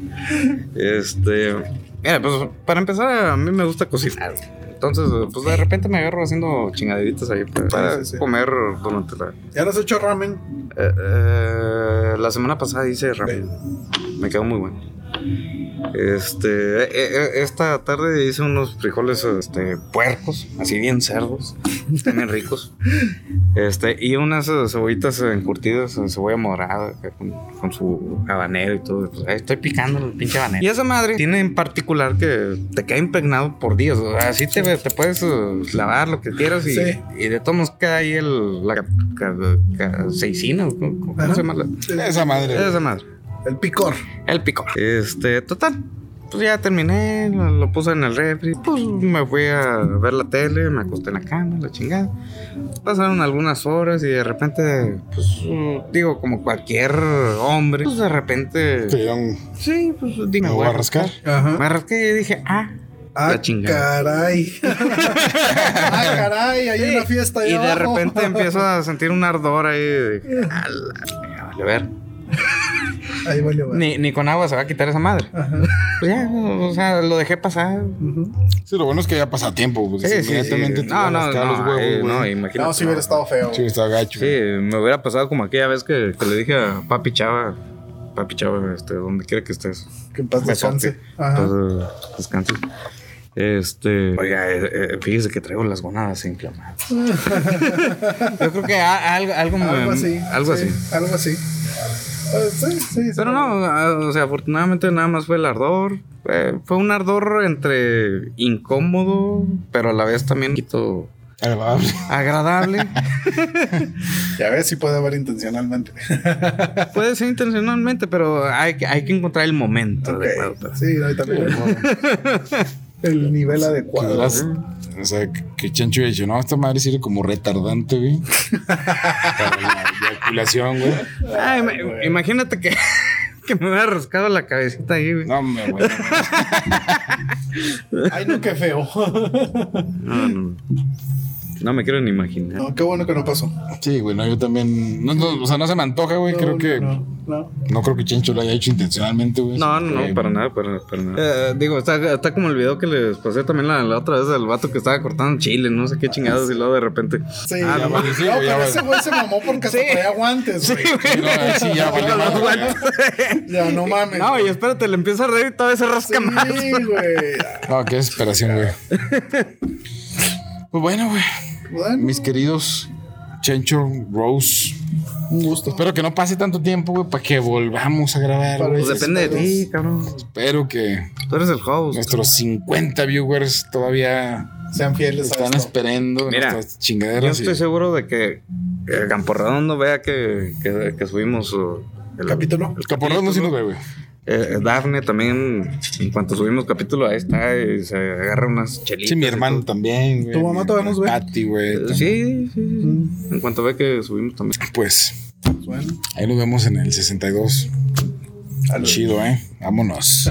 S2: Este. Mira, pues para empezar, a mí me gusta cocinar. güey. Entonces, pues de repente me agarro haciendo chingaderitas ahí para,
S3: Sí, sí, sí.
S2: comer durante la.
S3: ¿Ya no has hecho ramen?
S2: Eh, eh, la semana pasada hice ramen. Me quedó muy bueno. Este, eh, eh, esta tarde hice unos frijoles este, puercos, así bien cerdos, también ricos. Este, y unas eh, cebollitas encurtidas en cebolla morada que con, con su habanero y todo. Pues, ahí estoy picando el pinche habanero. Y esa madre tiene en particular que te queda impregnado por Dios. o sea, Así te, te puedes eh, lavar lo que quieras y,
S3: Sí.
S2: y de todos modos queda ahí el, la ca- ca- caseicina, ¿cómo, cómo
S3: Ajá.
S2: se llama? la-
S1: Esa madre. güey.
S2: esa madre.
S3: El picor.
S2: El picor. Este, total. Pues ya terminé, lo, lo puse en el refri. Pues me fui a ver la tele, me acosté en la cama, la chingada. Pasaron algunas horas y de repente, pues uh, digo, como cualquier hombre, pues de repente.
S1: Te
S2: Sí,
S1: dieron-
S2: pues dime,
S1: ¿Me voy a rascar?
S3: Ajá.
S2: Me rasqué y dije, ah.
S3: Ah,
S2: La chingada.
S3: caray.
S2: <laughs>
S3: ah, caray, hay una fiesta ahí
S2: Y de
S3: abajo. <laughs>
S2: repente empiezo a sentir un ardor ahí. de, "A la- vale, ver.
S3: Ahí vale, vale.
S2: Ni, ni con agua se va a quitar esa madre.
S3: Ajá.
S2: Pues ya, o sea, lo dejé pasar.
S3: Ujú.
S1: Sí, lo bueno es que ya pasa tiempo. Porque si inmediatamente te
S2: No,
S1: iban a
S2: no,
S1: rascar
S2: no,
S1: los huevos,
S2: eh,
S1: güey.
S2: no, imagínate.
S3: No, si hubiera estado feo.
S1: Sí, está gacho.
S2: Sí, me hubiera pasado como aquella vez que, que le dije a Papi Chava, Papi Chava, este, donde quiera que estés.
S3: Que en paz
S2: Besote.
S3: descanse. Ajá.
S2: Entonces, descanse. Este, oiga, eh, eh, fíjese que traigo las gonadas inflamadas.
S3: <laughs>
S2: Yo creo que a- algo, algo, me-
S3: Algo
S1: um,
S3: así.
S2: algo
S3: sí,
S2: así.
S3: Algo así. Ah, sí, sí, sí.
S2: Pero no, a- o sea, afortunadamente nada más fue el ardor. Fue, fue un ardor entre incómodo, pero a la vez también un poquito
S1: Agradable.
S3: <laughs>
S2: agradable.
S3: Ya ves, sí puede
S1: <laughs>
S3: haber intencionalmente.
S2: Puede ser intencionalmente, pero hay, que- hay que encontrar el momento
S3: Ok.
S2: adecuado para-
S3: Sí, ahí
S2: <laughs>
S3: también. El nivel
S1: Que
S3: adecuado.
S1: las- o sea, que- que Chancho hubiera dicho, no, esta madre sirve como retardante,
S2: <laughs>
S1: güey. Para la eyaculación, güey.
S2: Ay, ima- imagínate que, <laughs> que me hubiera rascado la cabecita ahí, güey.
S1: No, me güey.
S3: Ay, no, qué feo.
S2: No, no, no. No me quiero ni imaginar.
S3: <laughs> No, qué bueno que no pasó.
S1: Sí, güey, no, yo también. No, no, o sea, no se me antoja, güey.
S3: No,
S1: creo que. No,
S3: No, no.
S1: creo que Chencho lo haya hecho intencionalmente, güey.
S2: No, no,
S1: Porque-
S2: no, para nada, para, para nada. Eh, digo, está, está como el video que les pasé también la, la otra vez al vato que estaba cortando chile, no sé qué chingados, y luego de repente.
S3: Sí,
S2: Ah,
S1: ya
S3: no,
S1: valió, pues, sí,
S3: no,
S1: güey, ya
S3: pero
S1: valió.
S3: ese güey se mamó porque
S2: <laughs>
S3: hasta
S2: Sí.
S3: traía guantes, güey.
S1: Sí, no, ahí sí,
S2: <laughs>
S1: ya valió madre, güey.
S3: Ya, no mames.
S2: No, y espérate, le empieza a reír y todavía se rasca más.
S3: Sí, güey.
S1: No, qué desesperación, güey.
S2: <laughs>
S1: Pues bueno, güey.
S3: Bueno,
S1: Mis queridos Chencho, Rose.
S3: un gusto.
S1: Espero que no pase tanto tiempo, güey, para que volvamos a grabar,
S3: Para
S1: güey.
S2: Pues depende de ti, cabrón.
S1: Espero que
S2: Tú eres el host.
S1: nuestros 50 viewers todavía
S3: Sean fieles a
S1: están
S3: esto.
S1: esperando
S2: Mira,
S1: nuestras
S2: Yo
S1: chingaderas. y-
S2: estoy seguro de que el Camporredondo vea que, que, que subimos uh, el
S3: Capítulo.
S1: El caporral no sí nos ve, güey.
S2: Eh, eh, Dafne también, en cuanto subimos capítulo, ahí está y se agarra unas chelitas.
S1: Sí, mi
S2: y
S1: hermano
S2: todo.
S1: también, güey.
S3: Tu mamá todavía nos ve.
S1: Pati, güey.
S2: Eh, Sí, sí, sí, sí.
S3: Mm.
S2: En cuanto ve que subimos también.
S1: Pues
S3: Bueno.
S1: ahí nos vemos en el 62.
S3: a los-
S1: Chido, ¿eh? Vámonos.